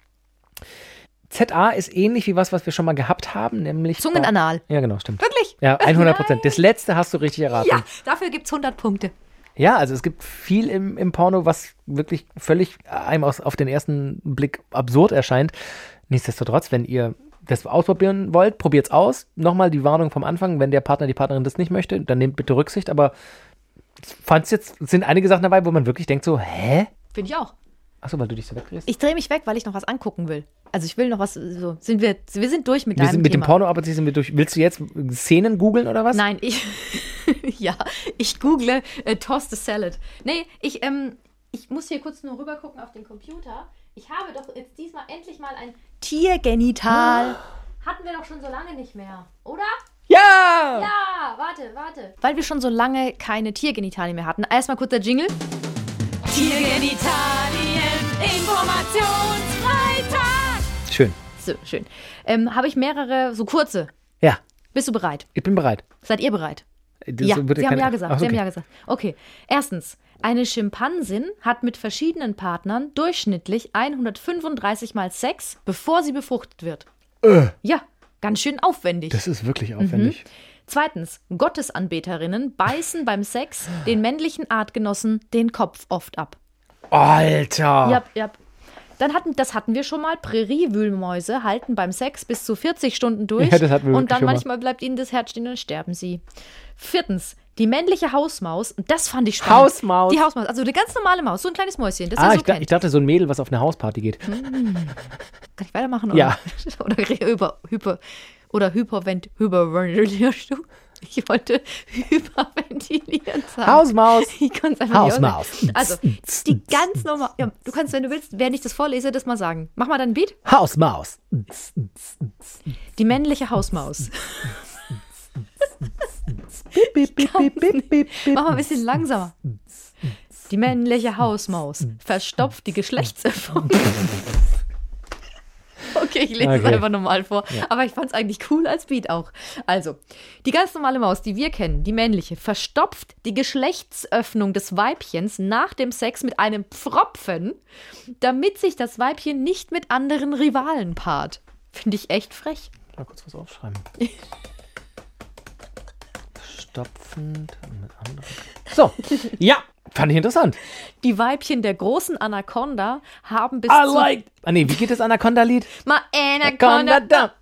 B: ZA ist ähnlich wie was, was wir schon mal gehabt haben, nämlich.
A: Zungenanal.
B: Ja, genau, stimmt.
A: Wirklich?
B: Ja, 100 Prozent. Das letzte hast du richtig erraten.
A: Ja, dafür gibt's 100 Punkte.
B: Ja, also es gibt viel im, im Porno, was wirklich völlig einem aus, auf den ersten Blick absurd erscheint. Nichtsdestotrotz, wenn ihr das ausprobieren wollt, probiert's aus. Nochmal die Warnung vom Anfang, wenn der Partner, die Partnerin das nicht möchte, dann nehmt bitte Rücksicht. Aber fand's jetzt, sind einige Sachen dabei, wo man wirklich denkt so, hä?
A: Finde ich auch.
B: Achso, weil du dich so wegdrehst.
A: Ich drehe mich weg, weil ich noch was angucken will. Also ich will noch was, so, sind wir, wir sind durch mit
B: Wir
A: deinem
B: sind mit
A: Thema.
B: dem Porno, aber sind wir durch. Willst du jetzt Szenen googeln oder was?
A: Nein, ich, [LAUGHS] ja, ich google äh, Toast the Salad. Nee, ich, ähm, ich muss hier kurz nur rüber gucken auf den Computer. Ich habe doch jetzt diesmal endlich mal ein [GASPS] Tiergenital. Hatten wir doch schon so lange nicht mehr, oder?
B: Ja!
A: Ja, warte, warte. Weil wir schon so lange keine Tiergenitalien mehr hatten. Erstmal kurz der Jingle. Tiergenitalien, Informationsfreitag.
B: Schön.
A: So, schön. Ähm, habe ich mehrere, so kurze.
B: Ja,
A: Bist du bereit?
B: ich bin bereit.
A: Seid ihr bereit?
B: Das
A: ja,
B: wird
A: sie haben
B: keine-
A: ja gesagt.
B: Ach,
A: Sie haben
B: okay.
A: ja gesagt. Okay. Erstens, eine Schimpansin hat mit verschiedenen Partnern durchschnittlich 135 Mal Sex, bevor sie befruchtet wird. Ja, ganz schön aufwendig.
B: Äh. Das ist wirklich
A: Mhm.
B: aufwendig.
A: Zweitens, Gottesanbeterinnen beißen beim Sex den männlichen Artgenossen den Kopf oft ab.
B: Alter!
A: Ja, ja. Dann hatten, das hatten wir schon mal. Präriewühlmäuse halten beim Sex bis zu 40 Stunden durch.
B: Ja, das hatten wir
A: und
B: wirklich
A: dann
B: schon mal.
A: manchmal bleibt ihnen das Herz stehen und dann sterben sie. Viertens, die männliche Hausmaus. Und das fand ich spannend.
B: Hausmaus.
A: Die Hausmaus, also eine ganz normale Maus, so ein kleines Mäuschen. Das Mhm.
B: Ah,
A: ihr
B: ich,
A: so
B: da,
A: kennt.
B: ich dachte, so ein Mädel, was auf eine Hausparty geht.
A: Kann ich weitermachen?
B: Ja.
A: [LAUGHS] Oder, oder re- über, hyper, oder hypervent, hyperventilierst du? Ich wollte hyperventilieren sagen. [LAUGHS]
B: Hausmaus.
A: Ich konnte einfach nicht
B: Hausmaus.
A: aussprechen. Also, die ganz normal. Ja, du kannst, wenn du willst, während ich das vorlese, das mal sagen. Mach mal dann ein Beat.
B: Hausmaus.
A: Die männliche
B: [LAUGHS]
A: Hausmaus. Mach mal ein bisschen langsamer. Die männliche Hausmaus verstopft die Geschlechtsöffnung. [LAUGHS] Okay, ich lese es
B: Okay.
A: einfach nochmal vor. Aber ich fand es eigentlich cool als Beat auch. Also, die ganz normale Maus, die wir kennen, die männliche, verstopft die Geschlechtsöffnung des Weibchens nach dem Sex mit einem Pfropfen, damit sich das Weibchen nicht mit anderen Rivalen paart. Finde ich echt frech.
B: Mal kurz
A: [LAUGHS]
B: was aufschreiben. Stopfend mit anderen. So, ja, fand ich interessant.
A: Die Weibchen der großen Anaconda haben bis
B: I
A: zu
B: like. Ah, nee, wie geht das Anaconda-Lied?
A: Ma Anaconda. Also
B: da.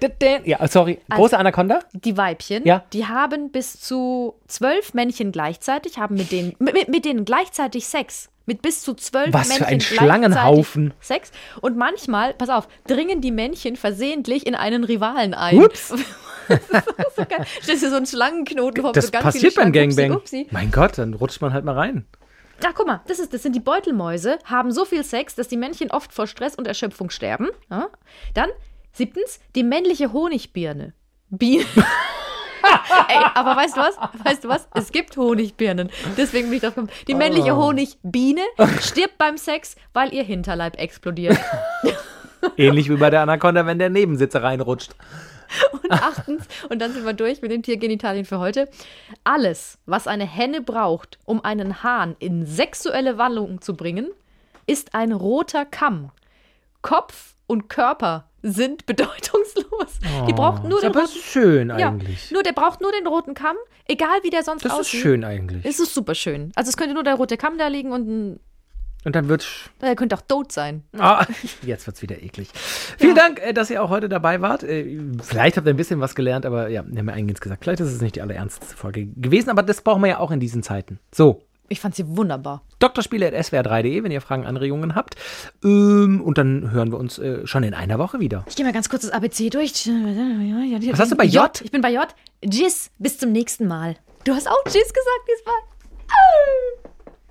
B: Da, da. Ja, sorry. Große Anaconda?
A: Die Weibchen,
B: Ja.
A: die haben bis zu zwölf Männchen gleichzeitig, haben mit denen, mit, mit denen gleichzeitig Sex. Mit bis zu zwölf
B: Was für
A: Männchen
B: ein
A: gleichzeitig
B: Schlangenhaufen.
A: Sex. Und manchmal, pass auf, dringen die Männchen versehentlich in einen Rivalen ein.
B: Ups.
A: [LAUGHS] das ist so geil. Stell dir so einen Schlangenknoten vor,
B: Das
A: so ganz
B: passiert
A: viele
B: beim
A: Schlangen.
B: Gangbang.
A: Upsi, upsi.
B: Mein Gott, dann rutscht man halt
A: [LAUGHS]
B: mal rein.
A: Ach, guck mal, das, ist, das sind die Beutelmäuse, haben so viel Sex, dass die Männchen oft vor Stress und Erschöpfung sterben. Ja. Dann, siebtens, die männliche Honigbirne. Biene. [LAUGHS] Ey, aber weißt du was? Weißt du was? Es gibt Honigbirnen. Deswegen bin ich drauf gekommen. Die männliche Honigbiene stirbt beim Sex, weil ihr Hinterleib explodiert.
B: Ähnlich wie bei der Anaconda, wenn der Nebensitzer reinrutscht.
A: Und achtens, und dann sind wir durch mit den Tiergenitalien für heute. Alles, was eine Henne braucht, um einen Hahn in sexuelle Wallung zu bringen, ist ein roter Kamm. Kopf und Körper sind [LAUGHS] bedeutungslos. Die braucht nur den
B: Aber
A: roten
B: Oh. ist schön
A: ja,
B: eigentlich.
A: nur der braucht nur den roten Kamm, egal wie der sonst
B: das ist
A: aussieht.
B: schön eigentlich.
A: Es ist super schön. Also es könnte nur der rote Kamm da liegen und ein,
B: Und dann wird's
A: er könnte auch tot sein.
B: Ah, [LAUGHS] jetzt wird's wieder eklig. Vielen Dank, äh, dass ihr auch heute dabei wart. Äh, Vielleicht habt ihr ein bisschen was gelernt, aber ja, wir haben ja eingangs gesagt, vielleicht ist es nicht die allerernsteste Folge gewesen, aber das brauchen wir ja auch in diesen Zeiten. So,
A: Ich fand sie wunderbar.
B: drspiele.swr3.de, wenn ihr Fragen, Anregungen habt. Ähm, und dann hören wir uns äh, schon in einer Woche wieder.
A: Ich gehe mal ganz kurz das ABC durch. Was
B: hast du bei J?
A: Ich bin bei J. Tschüss, bis zum nächsten Mal. Du hast auch Tschüss gesagt diesmal. Au.